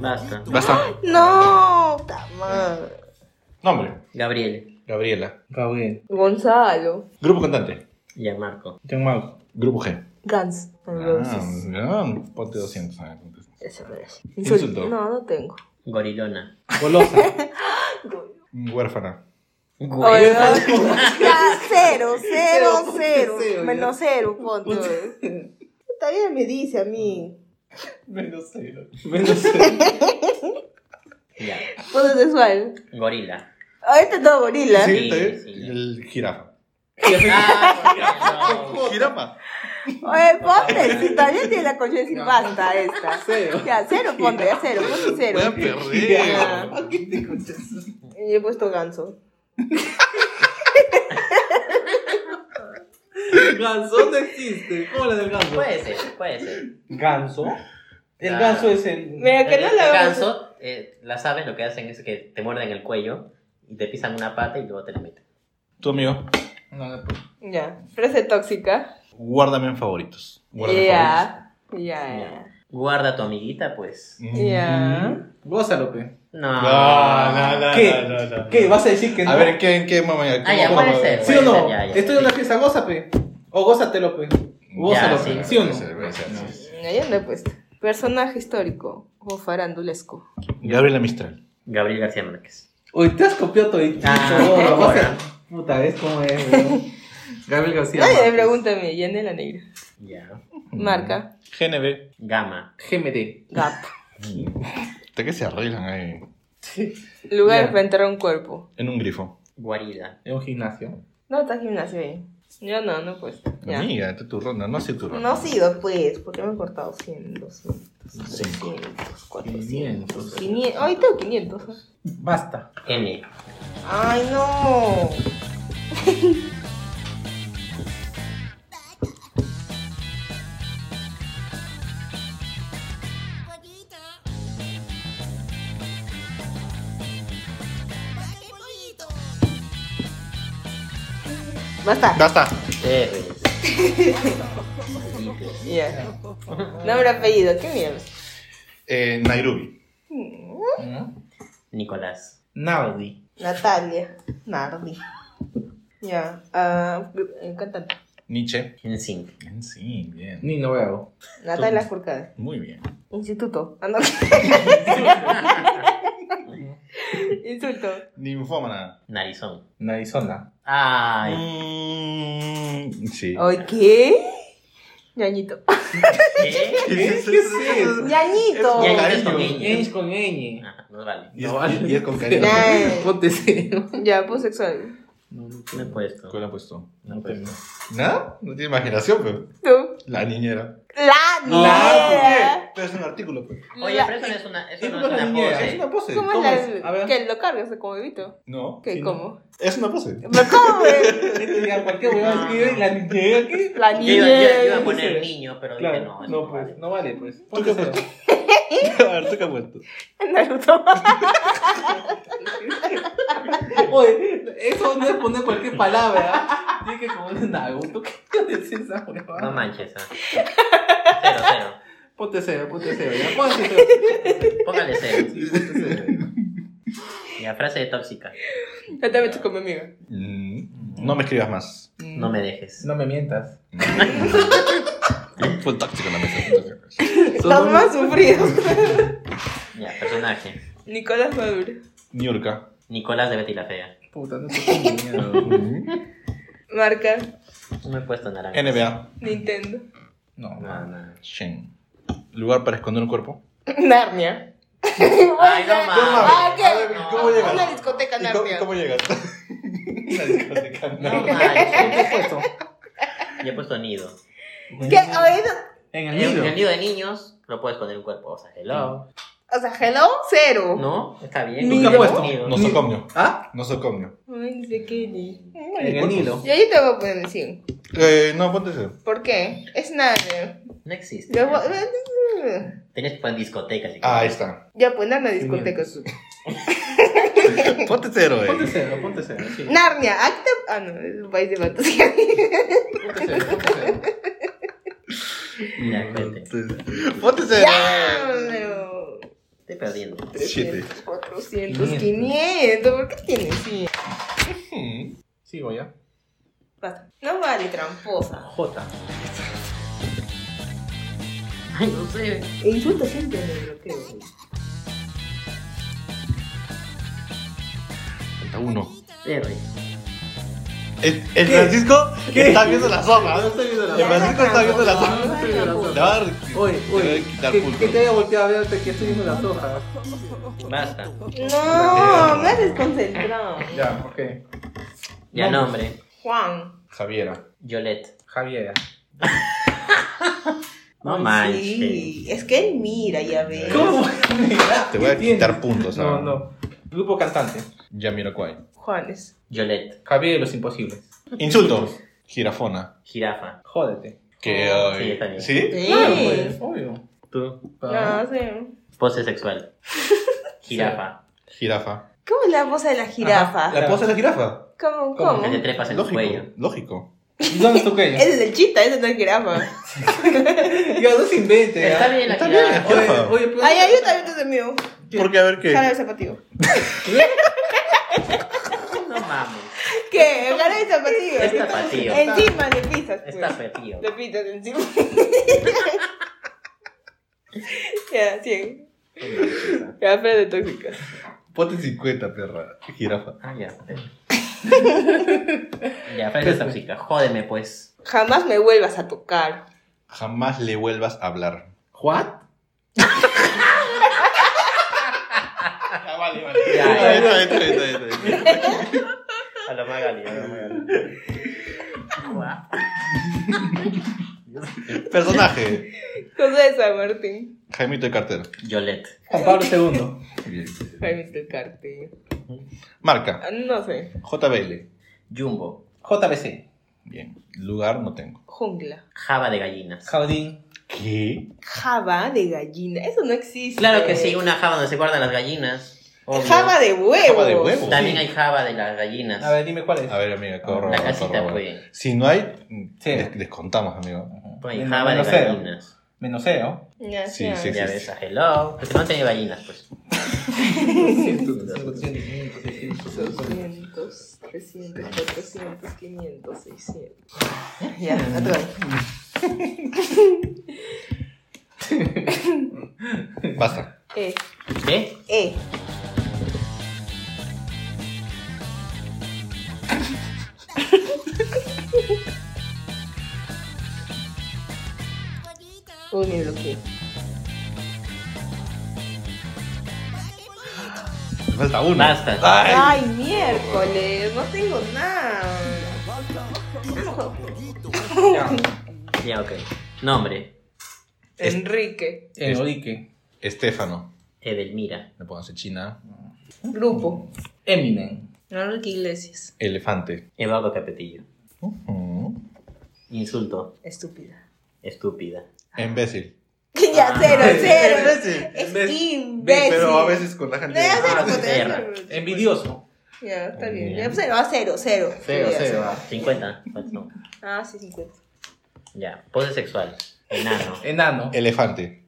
Speaker 3: Basta.
Speaker 1: Basta.
Speaker 2: No, puta madre.
Speaker 1: Nombre.
Speaker 3: Gabriel.
Speaker 1: Gabriela.
Speaker 4: Gabriel.
Speaker 2: Gonzalo.
Speaker 1: Grupo cantante.
Speaker 3: Gianmarco.
Speaker 4: Gianmarco.
Speaker 1: Grupo G.
Speaker 2: Gans. and Roses.
Speaker 1: Ah, no, ponte 200. ah, ponte.
Speaker 2: Eso parece.
Speaker 1: Insulto.
Speaker 2: No, no tengo.
Speaker 3: Gorilona. (laughs)
Speaker 4: Golosa.
Speaker 1: Huérfana.
Speaker 3: Güey.
Speaker 2: Ya, cero,
Speaker 4: Cero, ponte cero, ya.
Speaker 2: cero, ponte. Está bien, me dice a mí.
Speaker 4: Menos cero. Menos cero.
Speaker 3: Ya.
Speaker 4: Ah.
Speaker 2: Ponte sexual.
Speaker 3: Gorila.
Speaker 2: Ahorita todo gorila.
Speaker 1: Sí, está bien.
Speaker 3: sí.
Speaker 1: El
Speaker 3: (laughs)
Speaker 1: jirafa.
Speaker 3: Ah,
Speaker 1: (laughs)
Speaker 3: no.
Speaker 1: Jirafa.
Speaker 2: Oye, ponte, si todavía tiene la conciencia de decir
Speaker 4: No.
Speaker 2: basta esta.
Speaker 4: Cero.
Speaker 2: Ya, cero ponte, ya cero, ponte
Speaker 1: Voy a
Speaker 2: cero.
Speaker 1: perder.
Speaker 2: Ah.
Speaker 4: ¿Qué te escuchas?
Speaker 2: Y he puesto ganso.
Speaker 4: Ganso no existe. ¿Cómo la del ganso?
Speaker 3: Puede ser, puede ser.
Speaker 4: Ganso. El
Speaker 3: Ah.
Speaker 4: ganso es el.
Speaker 2: Mira, que
Speaker 3: El-
Speaker 2: no
Speaker 3: el
Speaker 2: la vamos.
Speaker 3: ganso, eh, las aves lo que hacen es que te muerden el cuello y te pisan una pata y luego te la meten.
Speaker 1: Tu amigo.
Speaker 4: No, no, pues.
Speaker 2: Ya, frase tóxica.
Speaker 1: Guárdame en favoritos. Guárdame en
Speaker 2: Ya, ya,
Speaker 3: Guarda a tu amiguita, pues.
Speaker 1: favoritos. Mm.
Speaker 4: Ah.
Speaker 2: ya.
Speaker 4: Gózalo, pe.
Speaker 3: No.
Speaker 1: No, Ah, no, no,
Speaker 4: ¿Qué?
Speaker 1: no, no, no.
Speaker 4: ¿Qué? ¿Vas a decir que no?
Speaker 1: A ver, ¿qué, en qué mamá?
Speaker 3: Ah, ya,
Speaker 1: ¿Cómo-
Speaker 3: puede
Speaker 1: cómo-
Speaker 3: ser.
Speaker 4: ¿Sí o no?
Speaker 3: Ya, ya,
Speaker 4: Estoy
Speaker 3: ya.
Speaker 4: en una fiesta, goza, pe. O gózatelo, pe. Gózalo,
Speaker 3: Ya,
Speaker 4: pe.
Speaker 3: sí.
Speaker 4: ¿Sí o no?
Speaker 1: Puede ser, puede ser, sí, sí.
Speaker 2: Ya, ya no he puesto. Personaje histórico o farandulesco.
Speaker 1: Gabriela Mistral.
Speaker 3: Gabriel García Márquez.
Speaker 4: Uy, te has copiado todito.
Speaker 3: Ah,
Speaker 4: (laughs) No,
Speaker 3: ahora.
Speaker 4: o sea, Puta, ¿ves cómo es, weón? (laughs) Gabriel García.
Speaker 2: Ay,
Speaker 4: Márquez.
Speaker 2: pregúntame, Yanela Negra.
Speaker 3: Ya.
Speaker 1: Mm.
Speaker 2: Marca,
Speaker 1: GNB.
Speaker 3: Gama.
Speaker 4: GMT.
Speaker 2: Gap.
Speaker 1: Mm. ¿De qué se arreglan ahí?
Speaker 2: Lugar
Speaker 4: Ya.
Speaker 2: para enterrar un cuerpo.
Speaker 1: En un grifo.
Speaker 3: Guarida.
Speaker 4: En un gimnasio.
Speaker 2: No, está gimnasio ahí. Yo no, no he puesto. Ya.
Speaker 1: Amiga, esta es tu ronda. No ha sido tu ronda.
Speaker 2: No ha sido, pues, porque me he cortado 100, 200,
Speaker 1: Cinco.
Speaker 2: 300, 400,
Speaker 4: 500.
Speaker 2: 500. Ay, tengo 500. ¿eh?
Speaker 4: Basta.
Speaker 3: N.
Speaker 2: Ay, no. Basta.
Speaker 1: Basta.
Speaker 3: Terry.
Speaker 2: Ya. Nombre, apellido, qué mierda. Mm.
Speaker 1: Eh, Nairobi.
Speaker 4: ¿no?
Speaker 3: Nicolás.
Speaker 4: Naudi.
Speaker 2: Natalia. Nardi. Ya. ah, gr- cantante.
Speaker 1: Nietzsche.
Speaker 3: Hensing.
Speaker 1: Sí, bien.
Speaker 4: Ni nuevo.
Speaker 2: Natalia Furcade.
Speaker 1: Muy bien.
Speaker 2: Instituto. (laughs) Ah, no. Insulto.
Speaker 1: Ninfómana.
Speaker 3: Narizón.
Speaker 4: Narizona.
Speaker 3: Ay.
Speaker 1: Mm, sí.
Speaker 2: Ay, ¿qué? Ñañito.
Speaker 3: ¿Qué?
Speaker 1: ¿Qué
Speaker 2: Ñañito.
Speaker 3: Ya, ya, ya.
Speaker 4: Es con ñ.
Speaker 3: Ajá, Ah, no vale.
Speaker 1: Y es,
Speaker 4: No, vale.
Speaker 1: y es con cariño.
Speaker 2: Ya.
Speaker 4: Ponte cero.
Speaker 2: Ya, pues sexual.
Speaker 4: No, no
Speaker 3: No he
Speaker 4: puedo.
Speaker 3: puesto.
Speaker 1: ¿Cuál ha puesto?
Speaker 3: No he puesto.
Speaker 1: ¿Nada? No tiene imaginación, pero.
Speaker 2: Tú.
Speaker 1: La niñera.
Speaker 2: La niñera.
Speaker 1: Pero es un artículo, pues.
Speaker 3: Oye, pero eso no es una, eso
Speaker 4: Es
Speaker 3: no
Speaker 4: una
Speaker 3: es una
Speaker 4: niñera,
Speaker 3: pose.
Speaker 4: es una pose.
Speaker 2: ¿Cómo es
Speaker 4: es? A
Speaker 2: la
Speaker 4: ver.
Speaker 2: que lo cargas como bebito?
Speaker 1: No.
Speaker 2: ¿Qué?
Speaker 4: Sí, no.
Speaker 2: ¿Cómo?
Speaker 1: Es una pose.
Speaker 2: ¿Pero cómo, güey?
Speaker 4: Este día, cualquier huevada escribe la niñera, ¿qué?
Speaker 2: La
Speaker 3: Yo iba, yo iba- yo iba
Speaker 2: niñera.
Speaker 3: a poner niño, pero dije no.
Speaker 4: Claro,
Speaker 3: eso
Speaker 4: no,
Speaker 3: no
Speaker 4: pues,
Speaker 3: vale.
Speaker 4: no vale, pues.
Speaker 1: ¿Tú qué
Speaker 4: Ponte cero.
Speaker 1: (laughs) A ver, ¿tú qué has puesto?
Speaker 2: Naruto.
Speaker 4: (laughs) Oye, eso no es poner cualquier palabra. ¿ah? Tiene que poner Naruto. ¿Qué es esa huevada?
Speaker 3: No manches. ah. Cero, cero.
Speaker 4: Ponte cero, ponte cero. Ya, ponte cero.
Speaker 3: Póngale cero.
Speaker 4: Sí, ponte cero.
Speaker 3: Ya, frase tóxica.
Speaker 2: Ya te he hecho con mi amiga.
Speaker 1: Mm, no me escribas más.
Speaker 3: No me dejes.
Speaker 4: No me mientas.
Speaker 1: Fue táctico en la mesa.
Speaker 2: Los más sufridos.
Speaker 3: Ya, personaje.
Speaker 2: Nicolás Maduro.
Speaker 1: Niurka.
Speaker 3: Nicolás de Betty la Fea.
Speaker 4: Puta, no sé qué mierda.
Speaker 2: (laughs)
Speaker 1: Mm.
Speaker 2: Marca.
Speaker 3: No he puesto naranja.
Speaker 1: NBA.
Speaker 2: Nintendo.
Speaker 4: No,
Speaker 3: No, no.
Speaker 1: Shen. Lugar para esconder un cuerpo.
Speaker 2: Narnia.
Speaker 3: Ay, no
Speaker 2: Ah,
Speaker 3: mames.
Speaker 2: ¿qué?
Speaker 3: ¿cómo llegas?
Speaker 2: Una discoteca
Speaker 1: ¿Y cómo,
Speaker 2: Narnia.
Speaker 1: cómo llegas? (laughs) Una discoteca.
Speaker 3: No
Speaker 1: No.
Speaker 3: manches.
Speaker 4: ¿Qué has puesto?
Speaker 3: Ya he puesto nido.
Speaker 2: ¿Qué? Oye, no-
Speaker 4: En
Speaker 3: En
Speaker 4: el
Speaker 3: el
Speaker 4: nido.
Speaker 3: nido de niños lo puedes poner un cuerpo. O sea, hello.
Speaker 2: O sea, hello, cero.
Speaker 3: No, está bien.
Speaker 2: ¿Tú qué has
Speaker 4: puesto?
Speaker 3: Nido.
Speaker 1: Nosocomio.
Speaker 4: ¿Ah?
Speaker 1: Nosocomio.
Speaker 2: Ay, no sé qué ni.
Speaker 4: En el nido.
Speaker 2: Y ahí te voy a poner el 100.
Speaker 1: Eh, no, ponte ese.
Speaker 2: ¿Por qué? Es Narnia.
Speaker 3: No existe.
Speaker 2: Yo voy-
Speaker 3: Tienes que poner discotecas.
Speaker 1: Ah, ahí está.
Speaker 2: Ya, pues Narnia discoteca.
Speaker 1: (laughs) Ponte cero, eh.
Speaker 4: Ponte cero, ponte cero. sí.
Speaker 2: Narnia, aquí te- Ah, no, es un país de vatos.
Speaker 4: Ponte cero, ponte cero.
Speaker 3: Ya, cuente.
Speaker 1: Ponte
Speaker 2: ya,
Speaker 1: cero.
Speaker 2: pero-
Speaker 3: Estoy perdiendo. (laughs)
Speaker 2: 300, 400,
Speaker 4: 500.
Speaker 2: 500. ¿Por qué tienes 100?
Speaker 1: Hmm.
Speaker 4: Sigo ya.
Speaker 2: Basta. No vale, tramposa.
Speaker 4: J.
Speaker 3: Ay, no sé.
Speaker 2: E insulta siempre en el bloqueo.
Speaker 1: Falta uno.
Speaker 3: Terry.
Speaker 1: El, el Francisco está viendo la
Speaker 4: No
Speaker 1: sombra.
Speaker 4: estoy viendo la
Speaker 1: El Francisco está viendo la
Speaker 4: No, no
Speaker 1: sombra.
Speaker 4: estoy viendo la
Speaker 1: Te
Speaker 4: sombra.
Speaker 1: va a
Speaker 4: Oye,
Speaker 1: te va
Speaker 4: oye,
Speaker 1: a quitar
Speaker 4: que, que te
Speaker 1: puntos.
Speaker 4: haya volteado a verte que estoy viendo las hojas.
Speaker 3: Basta.
Speaker 2: No, me has desconcentrado.
Speaker 4: Ya, ok.
Speaker 3: Ya,
Speaker 4: Vamos.
Speaker 3: nombre.
Speaker 2: Juan.
Speaker 1: Javiera.
Speaker 3: Yolette.
Speaker 4: Javiera.
Speaker 3: No
Speaker 2: Ay,
Speaker 3: manches.
Speaker 2: Sí, es que él mira, ya ves.
Speaker 4: ¿Cómo?
Speaker 1: Te voy a quitar puntos. ah.
Speaker 4: No, no. Grupo cantante.
Speaker 1: Yamiroquai.
Speaker 2: Juanes.
Speaker 3: Yolette.
Speaker 4: Javier de los imposibles.
Speaker 1: Insultos. Girafona.
Speaker 3: Jirafa.
Speaker 4: Jódete.
Speaker 1: Que,
Speaker 3: Oh,
Speaker 1: ay,
Speaker 3: sí, está bien.
Speaker 1: ¿Sí?
Speaker 2: Sí.
Speaker 4: Claro, pues, Ah. obvio.
Speaker 3: Tú.
Speaker 2: No, sí.
Speaker 3: Pose (laughs) sexual. Jirafa.
Speaker 1: Jirafa.
Speaker 2: ¿Cómo es la voz de la jirafa?
Speaker 4: Ajá, La pose
Speaker 1: de la jirafa.
Speaker 2: ¿Cómo?
Speaker 4: ¿Cómo? (laughs)
Speaker 2: ¿Cómo?
Speaker 3: Que te trepas en el cuello.
Speaker 1: Lógico. Lógico.
Speaker 4: ¿Y ¿Dónde es tu cuello?
Speaker 2: Ese es el chita, ese no es
Speaker 4: (laughs)
Speaker 2: jirafa.
Speaker 4: Ya no se invente. ya.
Speaker 3: Está bien la
Speaker 1: Está
Speaker 3: jirafa.
Speaker 1: bien.
Speaker 4: Oye, oye, pero.
Speaker 2: Ay, ay, yo también te mío.
Speaker 1: Porque a ver
Speaker 2: Cara de
Speaker 1: qué.
Speaker 2: zapatillo.
Speaker 3: No mames.
Speaker 2: ¿Qué? Cara de zapatillo.
Speaker 3: Es tapatío.
Speaker 2: Encima le pisas, pues.
Speaker 3: Está petío.
Speaker 2: Le pisas encima. (laughs) ya, 100. Ya, de tóxicas.
Speaker 1: Ponte 50, perra. Jirafa.
Speaker 3: Ah, ya. ya, frase tóxica. Jódeme, pues.
Speaker 2: Jamás me vuelvas a tocar.
Speaker 1: Jamás le vuelvas a hablar.
Speaker 4: ¿What?
Speaker 1: Ah, vale, vale.
Speaker 3: Ya, ya.
Speaker 1: Está bien, está bien, está bien, está bien.
Speaker 3: A la Magali, a la Magali.
Speaker 1: Personaje.
Speaker 2: José de San Martín.
Speaker 1: Jaimito de Carter.
Speaker 3: Yolette.
Speaker 4: Juan Pablo II.
Speaker 1: Bien.
Speaker 2: Jaime del Cartel.
Speaker 1: Marca.
Speaker 2: Ah, No sé.
Speaker 1: JBL.
Speaker 3: Jumbo.
Speaker 4: JBC.
Speaker 1: Bien. Lugar no tengo.
Speaker 2: Jungla.
Speaker 3: Java de gallinas.
Speaker 4: Jaudín.
Speaker 1: ¿Qué?
Speaker 2: Java de gallina. Eso no existe.
Speaker 3: Claro que sí, una java donde se guardan las gallinas.
Speaker 1: Obvio.
Speaker 2: Java de huevo.
Speaker 1: Java de huevo.
Speaker 3: También
Speaker 1: sí.
Speaker 3: hay java de las gallinas.
Speaker 4: A ver, dime cuál es.
Speaker 1: A ver, amigo, corro.
Speaker 3: la casita,
Speaker 1: corro.
Speaker 3: pues.
Speaker 1: Si no hay,
Speaker 4: Sí.
Speaker 1: des- descontamos, amigo.
Speaker 3: Pues
Speaker 4: Menos-
Speaker 3: java de
Speaker 4: menos cero.
Speaker 3: gallinas.
Speaker 4: Menos cero. (laughs)
Speaker 2: Ya,
Speaker 1: Sí,
Speaker 2: ya.
Speaker 1: sí, sí.
Speaker 3: Ya ves, a hello. Porque no tenía gallinas, pues.
Speaker 2: 200, 300, 400, 500, 600. (laughs) Ya, otra vez.
Speaker 1: Basta.
Speaker 2: Eh,
Speaker 3: ¿Qué?
Speaker 2: eh. Uy, me bloqueé.
Speaker 1: Me falta uno.
Speaker 3: Basta.
Speaker 1: Ay.
Speaker 2: Ay, miércoles, no tengo nada.
Speaker 3: Ya, ok. Nombre.
Speaker 1: Es-
Speaker 2: Enrique,
Speaker 4: Enrique.
Speaker 1: Estefano.
Speaker 3: Edelmira.
Speaker 1: Le pongo así China.
Speaker 2: grupo,
Speaker 4: Eminem.
Speaker 2: Enrique Iglesias,
Speaker 1: Elefante.
Speaker 3: Eduardo Capetillo.
Speaker 1: Ujú.
Speaker 3: Insulto.
Speaker 2: estúpida.
Speaker 3: Estúpida.
Speaker 1: Imbécil.
Speaker 2: (laughs) ya, cero,
Speaker 4: (laughs)
Speaker 2: cero.
Speaker 1: Imbécil.
Speaker 2: Es
Speaker 1: Imbécil.
Speaker 2: imbécil.
Speaker 1: Pero a veces con la gente.
Speaker 2: No, ya
Speaker 1: Ah,
Speaker 2: cero,
Speaker 3: sí,
Speaker 2: pues, ya
Speaker 3: cero.
Speaker 2: cero.
Speaker 4: Envidioso.
Speaker 2: Ya, está bien. Ya,
Speaker 3: Bien.
Speaker 2: cero, ah, cero, cero. Ya,
Speaker 3: 50. ¿Cuánto? No.
Speaker 2: Ah, sí, 50.
Speaker 3: Ya. Pose sexual. Enano.
Speaker 4: Enano.
Speaker 1: Elefante.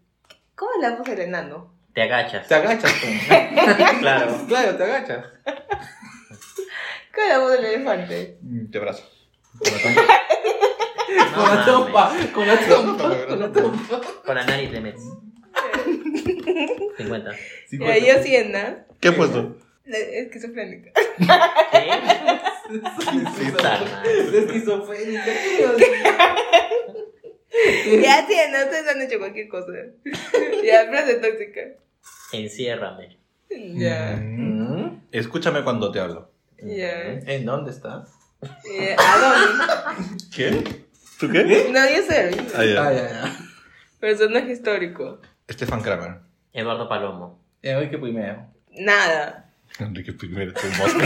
Speaker 2: ¿Cómo hablamos del enano?
Speaker 3: Te agachas.
Speaker 4: Te agachas, pues.
Speaker 2: (laughs)
Speaker 3: Claro.
Speaker 4: (laughs) Claro, te agachas.
Speaker 2: ¿Cómo hablamos del
Speaker 1: (laughs)
Speaker 2: elefante?
Speaker 1: Mm, Te abrazo.
Speaker 4: (laughs) Con la
Speaker 3: No mames.
Speaker 4: trompa. Con la trompa. Con la trompa.
Speaker 3: Con la nariz le metes. 50.
Speaker 2: (laughs) Ya, yo sí, Ana.
Speaker 1: ¿Qué pues he puesto?
Speaker 2: Esquizofrénica.
Speaker 3: ¿Qué? Puta
Speaker 4: Es
Speaker 3: madre.
Speaker 4: esquizofrénica.
Speaker 2: Ya, sí, Ana, ustedes han hecho cualquier cosa. (laughs) Ya, frase tóxica.
Speaker 3: Enciérrame.
Speaker 2: Ya,
Speaker 1: Mm.
Speaker 4: Mm.
Speaker 1: Escúchame cuando te hablo.
Speaker 2: ya.
Speaker 4: ¿En dónde está?
Speaker 2: ya. ¿A
Speaker 1: ¿Qué? ¿Tú qué?
Speaker 2: dónde? No, yo cero. yo cero.
Speaker 1: ¿Eh? Ah, ya.
Speaker 4: Ah, ya, ya.
Speaker 2: Personaje histórico.
Speaker 1: Estefan Kramer.
Speaker 3: Eduardo Palomo.
Speaker 4: Ya voy que primero.
Speaker 2: Nada. (laughs)
Speaker 1: Enrique primero tu mosca.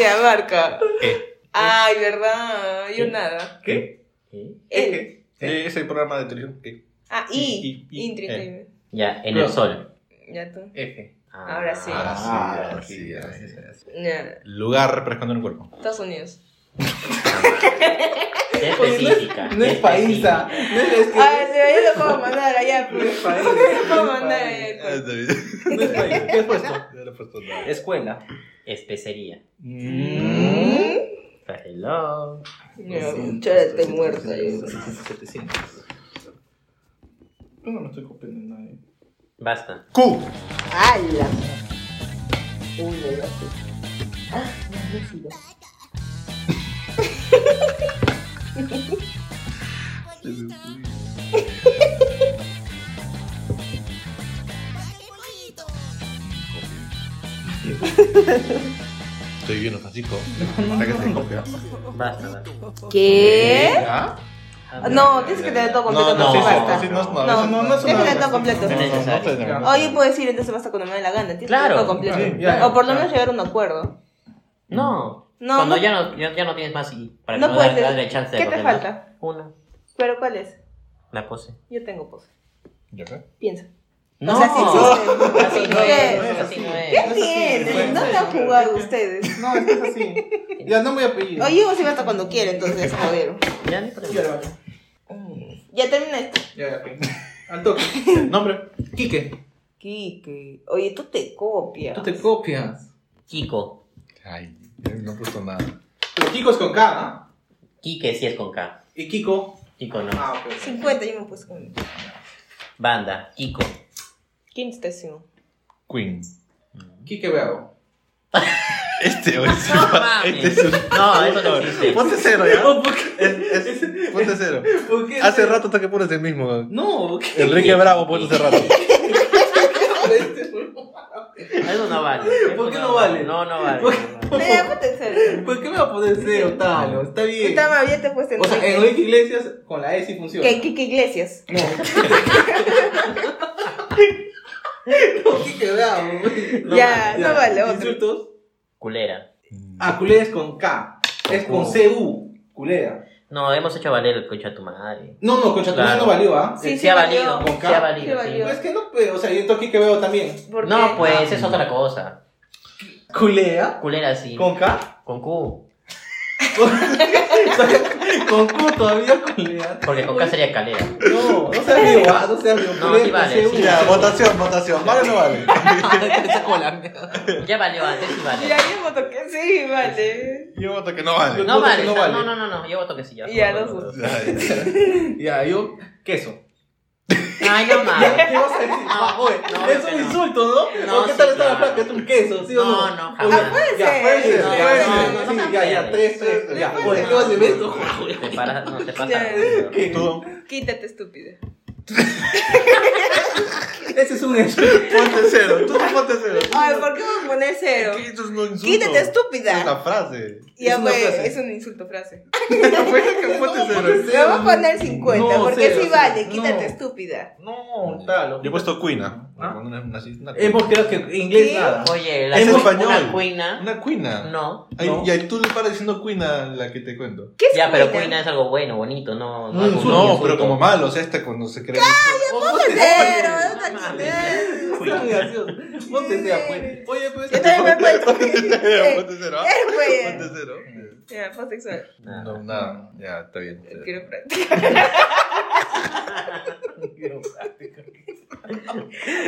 Speaker 2: Ya, marca.
Speaker 1: (laughs) Eh.
Speaker 2: Ay, verdad. Yo nada.
Speaker 1: ¿Qué?
Speaker 3: ¿Qué?
Speaker 2: Él.
Speaker 1: Eh, es el programa de televisión. Eh.
Speaker 2: Ah, y.
Speaker 1: Y, y, y,
Speaker 2: Intrigue.
Speaker 3: Ya, en el
Speaker 4: Claro.
Speaker 3: sol.
Speaker 2: Ya tú.
Speaker 4: F.
Speaker 3: Ah,
Speaker 2: Ahora sí.
Speaker 1: Ah, sí,
Speaker 3: (laughs)
Speaker 4: Ah,
Speaker 1: ahora
Speaker 4: sí,
Speaker 1: sí,
Speaker 4: ya,
Speaker 1: ahora
Speaker 4: ya,
Speaker 1: sí.
Speaker 4: ya, ya.
Speaker 2: Ya.
Speaker 1: Lugar refrescando en el cuerpo.
Speaker 2: Estados Unidos.
Speaker 3: Qué
Speaker 2: Pues
Speaker 4: Oye, no es-
Speaker 3: específica.
Speaker 4: No
Speaker 3: qué
Speaker 4: es paisa.
Speaker 3: específica.
Speaker 4: No es es que-
Speaker 2: Ay, sí, yo lo puedo mandar allá,
Speaker 4: No es
Speaker 2: pues.
Speaker 4: país.
Speaker 2: Yo lo puedo mandar allá.
Speaker 1: Ah,
Speaker 2: pues.
Speaker 1: está bien.
Speaker 4: No es país. ¿Qué has puesto?
Speaker 1: (laughs) Ya le he puesto nada.
Speaker 4: Escuela.
Speaker 3: Especería.
Speaker 1: Mm.
Speaker 3: Pues, Hello.
Speaker 2: Ya, muchacha, estoy muerta. yo.
Speaker 4: 700. Yo no me estoy copiando en nadie.
Speaker 3: Basta.
Speaker 1: Q.
Speaker 2: ¡Hala! Uy, lo iba a hacer. Ah, no, no sigo.
Speaker 1: Estoy viendo,
Speaker 4: (laughs)
Speaker 1: Francisco. Hasta que te copia.
Speaker 3: Basta. basta.
Speaker 2: ¿Qué?
Speaker 1: ¿Ah?
Speaker 2: No, tienes que tener todo completo,
Speaker 1: No,
Speaker 2: no,
Speaker 1: no,
Speaker 2: se
Speaker 1: sí,
Speaker 2: basta.
Speaker 1: sí, sí, no, no,
Speaker 2: No,
Speaker 1: eso
Speaker 4: no, no
Speaker 1: no,
Speaker 4: es una-
Speaker 2: Tienes que tener todo completo.
Speaker 1: no, no, no, no, no, no, no.
Speaker 2: Oye, pues- puedo decir, entonces basta cuando me dé la gana. Tienes que
Speaker 3: Claro.
Speaker 2: tener todo completo.
Speaker 1: Sí,
Speaker 4: ya,
Speaker 2: o por lo
Speaker 4: ya.
Speaker 2: menos llegar a un acuerdo.
Speaker 3: No.
Speaker 2: No,
Speaker 3: Cuando
Speaker 2: no.
Speaker 3: Ya, no, ya, ya no tienes más y para
Speaker 2: No
Speaker 3: que
Speaker 2: puedes
Speaker 3: dar-
Speaker 2: ser.
Speaker 3: darle chance de
Speaker 2: ¿Qué te
Speaker 3: coger más.
Speaker 2: falta?
Speaker 3: Una.
Speaker 2: ¿Pero cuál es?
Speaker 3: La pose.
Speaker 2: Yo tengo pose.
Speaker 1: ¿Ya qué?
Speaker 2: Piensa.
Speaker 3: No,
Speaker 2: sea, sí existe.
Speaker 3: así no es.
Speaker 2: ¿Qué?
Speaker 3: Así no
Speaker 2: ¿Qué
Speaker 3: es.
Speaker 2: tienen? ¿No te han jugado ustedes?
Speaker 4: No, es que es así. Ya no me voy a pedir.
Speaker 2: Oye, vos sí basta cuando quiere, entonces, joder.
Speaker 3: Ya ni
Speaker 4: Ya,
Speaker 3: pregunto.
Speaker 4: ya,
Speaker 2: Ya termina esto.
Speaker 4: ya, ok. Al toque.
Speaker 1: Nombre.
Speaker 4: Quique,
Speaker 2: Quique. Oye, tú te copias.
Speaker 4: tú te copias.
Speaker 3: Kiko.
Speaker 1: Ay, eh, no he puesto nada.
Speaker 4: Pero Pues Kiko es con K, ¿no?
Speaker 3: Kike sí es con K.
Speaker 4: Y Kiko.
Speaker 3: Kiko no.
Speaker 4: Ah, ok.
Speaker 2: 50 yo me puse con
Speaker 3: Banda. Kiko.
Speaker 2: quinta estación.
Speaker 1: Queen.
Speaker 4: Quique Bravo.
Speaker 1: Este, oye, sí,
Speaker 3: No
Speaker 1: va-
Speaker 3: mames.
Speaker 1: este es un.
Speaker 3: No, eso no existe.
Speaker 1: Ponte cero, ¿ya?
Speaker 4: No, ¿por qué?
Speaker 1: Es- es- ponte cero.
Speaker 4: ¿Por qué?
Speaker 1: Hace rato hasta que pones el mismo.
Speaker 4: No, ¿por qué? (laughs)
Speaker 1: Enrique Bravo puso hace rato.
Speaker 3: Eso no vale.
Speaker 4: (laughs) ¿Por qué no vale?
Speaker 3: No, no vale.
Speaker 4: ¿Por-
Speaker 3: no
Speaker 2: Me
Speaker 3: vale.
Speaker 2: da potencial.
Speaker 4: ¿Por qué me va a poner cero, Talo? Está bien.
Speaker 2: Está más bien te fuiste
Speaker 4: O sea,
Speaker 2: Enrique.
Speaker 4: Enrique Iglesias con la E sí funciona.
Speaker 2: Que Kike Iglesias.
Speaker 4: No. no, Quique
Speaker 3: (laughs)
Speaker 4: Bravo. No,
Speaker 2: Ya, no vale, otro.
Speaker 4: Insultos.
Speaker 3: Culera.
Speaker 4: Ah, culera es con K. Es con
Speaker 3: Oh.
Speaker 4: C-U. Culera.
Speaker 3: No, hemos hecho valer el concha a tu madre.
Speaker 4: No, no, concha, tu
Speaker 3: Claro.
Speaker 4: madre no valió, ¿ah?
Speaker 2: Sí,
Speaker 3: Sí,
Speaker 2: sí
Speaker 3: ha
Speaker 2: valió.
Speaker 3: valido,
Speaker 4: Con
Speaker 3: sí
Speaker 4: K.
Speaker 3: ha valido.
Speaker 2: Sí
Speaker 3: sí.
Speaker 2: valió.
Speaker 4: Es que no, pe- o sea, yo toqué que veo también.
Speaker 2: ¿Por
Speaker 3: No,
Speaker 2: qué?
Speaker 3: pues es otra cosa.
Speaker 4: ¿Culea?
Speaker 3: Culera sí.
Speaker 4: ¿Con K? (laughs)
Speaker 3: Con Q.
Speaker 4: Con, con Q todavía culea.
Speaker 3: Porque con K sería calera.
Speaker 4: (laughs) No, no seas vivo, ¿ah? No seas vivo.
Speaker 3: No,
Speaker 4: culea
Speaker 3: sí
Speaker 4: con
Speaker 3: vale,
Speaker 4: C1.
Speaker 3: sí
Speaker 1: Ya, votación, votación. ¿Vale o no vale?
Speaker 3: Ya valió antes y
Speaker 2: Y
Speaker 3: vale.
Speaker 2: ahí hemos tocado- Sí, vale.
Speaker 1: Yo voto que no vale.
Speaker 3: No
Speaker 4: Voto que
Speaker 3: vale,
Speaker 4: no
Speaker 3: no,
Speaker 4: vale.
Speaker 3: no, no, no, yo voto que sí. Ya,
Speaker 2: Ya,
Speaker 3: voto,
Speaker 2: los
Speaker 3: voto, voto.
Speaker 1: Ya, ya.
Speaker 4: Ya, yo, queso.
Speaker 3: Ay, no
Speaker 4: ¿Qué
Speaker 3: mames.
Speaker 4: vas a decir? Ah, oye,
Speaker 3: no,
Speaker 4: es un
Speaker 3: que no.
Speaker 4: insulto, ¿no?
Speaker 3: No,
Speaker 4: ¿O qué
Speaker 3: sí,
Speaker 4: tal está la
Speaker 3: claro.
Speaker 4: placa? Es un queso, ¿sí o no?
Speaker 3: No, no,
Speaker 4: Oye,
Speaker 3: jamás.
Speaker 2: Ah, puede
Speaker 4: Ya,
Speaker 2: ser.
Speaker 4: puede ser,
Speaker 1: No,
Speaker 4: ya,
Speaker 1: no,
Speaker 3: no,
Speaker 4: sí,
Speaker 3: no, no
Speaker 4: ya, ya,
Speaker 3: puede.
Speaker 4: tres, tres,
Speaker 2: No
Speaker 4: ya.
Speaker 2: puede
Speaker 4: Oye,
Speaker 2: ser.
Speaker 4: ¿qué vas a decir esto?
Speaker 3: Te paras, no, te paras.
Speaker 2: Ya.
Speaker 4: ¿Qué?
Speaker 1: Tú,
Speaker 2: Quítate, estúpida.
Speaker 4: Ese es un insulto.
Speaker 1: ponte cero. Tú ponte cero.
Speaker 2: Ay, ¿por qué voy a poner cero?
Speaker 1: ¿Qué? Eso es no insulto.
Speaker 2: Quítate,
Speaker 1: Esa Es
Speaker 2: estúpida.
Speaker 1: la frase. (laughs)
Speaker 2: Ya,
Speaker 4: es una
Speaker 2: pues,
Speaker 4: frase.
Speaker 2: es un insulto frase.
Speaker 1: Fue que ponte cero.
Speaker 2: Le vamos a poner 50,
Speaker 4: No,
Speaker 2: porque
Speaker 4: cero,
Speaker 2: sí
Speaker 4: cero.
Speaker 2: vale. Quítate,
Speaker 4: No.
Speaker 2: estúpida.
Speaker 4: No, tal.
Speaker 1: Yo he puesto cuina.
Speaker 4: ¿Ah?
Speaker 1: Una- una- una-
Speaker 4: Hemos creado pues, que inglés
Speaker 2: ¿Qué?
Speaker 4: nada.
Speaker 3: Oye, la
Speaker 1: Es
Speaker 3: cu-
Speaker 1: español.
Speaker 3: una cuina.
Speaker 1: Una cuina.
Speaker 3: No.
Speaker 1: Ay,
Speaker 4: No.
Speaker 1: Y ahí tú le paras diciendo cuina a la que te cuento.
Speaker 2: ¿Qué es
Speaker 3: Ya, pero
Speaker 2: cuina?
Speaker 3: cuina es algo bueno, bonito, no.
Speaker 4: Un
Speaker 3: algo-
Speaker 4: insulto,
Speaker 3: un
Speaker 1: No,
Speaker 3: insulto.
Speaker 1: pero como malo, o sea, esta cuando se cree.
Speaker 4: Ponte
Speaker 2: Cero,
Speaker 4: cero.
Speaker 2: no
Speaker 4: (laughs)
Speaker 2: te
Speaker 3: no
Speaker 2: quites.
Speaker 4: Ponte gracioso. Ponte cero, pues. Oye, pues.
Speaker 2: Yo también me encuentro.
Speaker 4: (laughs)
Speaker 1: Ponte cero, (laughs) ponte cero. ¿ah?
Speaker 2: (laughs) Eh, güey.
Speaker 1: Ponte cero.
Speaker 2: Ya, fue sexual.
Speaker 3: Nada.
Speaker 1: No, nada, ya, está bien.
Speaker 2: Quiero (laughs) (laughs)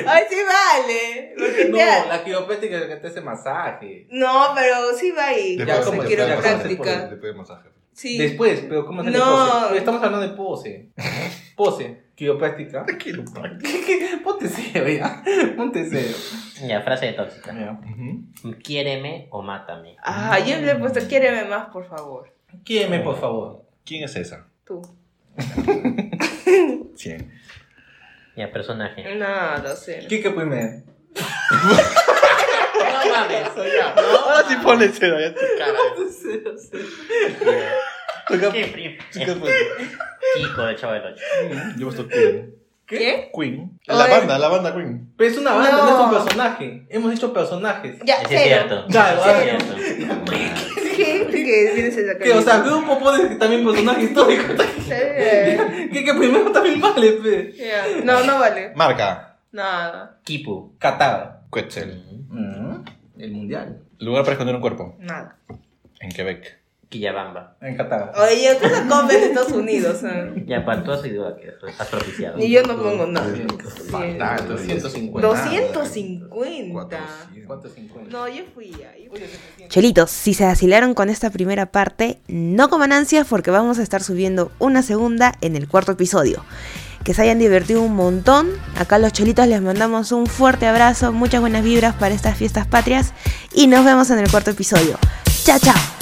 Speaker 2: Ay, sí vale. Porque
Speaker 4: No,
Speaker 2: te ha-
Speaker 4: la quiropráctica que te hace masaje.
Speaker 2: no, pero sí va ahí.
Speaker 4: Ya,
Speaker 2: Como
Speaker 4: como
Speaker 2: quiero
Speaker 4: ya, como
Speaker 2: práctica.
Speaker 1: Después de masaje.
Speaker 2: Sí.
Speaker 4: Después, pero ¿cómo se
Speaker 2: No.
Speaker 4: pose? Pero Estamos hablando de pose. Pose, quiropráctica.
Speaker 1: Quiero
Speaker 4: (laughs) Ponte cero, ya. Ponte cero.
Speaker 3: Ya, frase de tóxica.
Speaker 4: Ya.
Speaker 3: Quiéreme o mátame.
Speaker 2: Ah, yo le he puesto, quiéreme más, por favor.
Speaker 4: Quíeme, por favor.
Speaker 1: ¿Quién es esa?
Speaker 2: Tú.
Speaker 1: ¿Quién?
Speaker 3: Ya,
Speaker 2: (laughs)
Speaker 3: personaje.
Speaker 2: No, no sé.
Speaker 4: (laughs) Quique primero.
Speaker 3: No mames.
Speaker 1: Ahora sí ponle cero, ya tu cara.
Speaker 4: Cero, cero.
Speaker 1: Ya. Toca-
Speaker 3: (laughs) Qué frío.
Speaker 1: toca- pues.
Speaker 3: Chico del Chavo del Ocho.
Speaker 1: Yo he puesto Queen.
Speaker 2: ¿Qué?
Speaker 1: Queen. La
Speaker 2: Ay.
Speaker 1: banda, la banda Queen.
Speaker 4: Pero es Pues una banda, no,
Speaker 2: No.
Speaker 4: es un personaje. Hemos hecho personajes.
Speaker 2: Ya,
Speaker 3: Ese es
Speaker 2: cero.
Speaker 3: cierto.
Speaker 4: Claro,
Speaker 3: Ese
Speaker 4: ah.
Speaker 3: es (laughs) cierto.
Speaker 2: (laughs) ¿Qué? ¿Qué vienes a sacar?
Speaker 4: Que, o sea, grupo pone también personaje histórico. (laughs)
Speaker 2: Sí.
Speaker 4: Quique primero también vale, pues. pe.
Speaker 2: Ya. No, no vale.
Speaker 1: Marca.
Speaker 2: Nada.
Speaker 3: Kipu.
Speaker 4: Qatar. Mm,
Speaker 1: Quetzal.
Speaker 4: El mundial.
Speaker 1: Lugar para esconder un cuerpo.
Speaker 2: Nada.
Speaker 1: En Quebec.
Speaker 3: Quillabamba.
Speaker 4: En Qatar.
Speaker 2: Oye, tú no comes de Estados Unidos. ¿eh?
Speaker 3: Ya, para tú has ido que estás propiciado.
Speaker 2: Y yo no pongo nada.
Speaker 1: Fatal,
Speaker 4: 250.
Speaker 2: 250.
Speaker 4: 450.
Speaker 2: Oh. No, yo fui ya. yo fui.
Speaker 5: Chelitos, si se asilaron con esta primera parte, no coman ansias porque vamos a estar subiendo una segunda en el cuarto episodio. Que se hayan divertido un montón. Acá los chelitos les mandamos un fuerte abrazo, muchas buenas vibras para estas fiestas patrias y nos vemos en el cuarto episodio. ¡Chao, chao!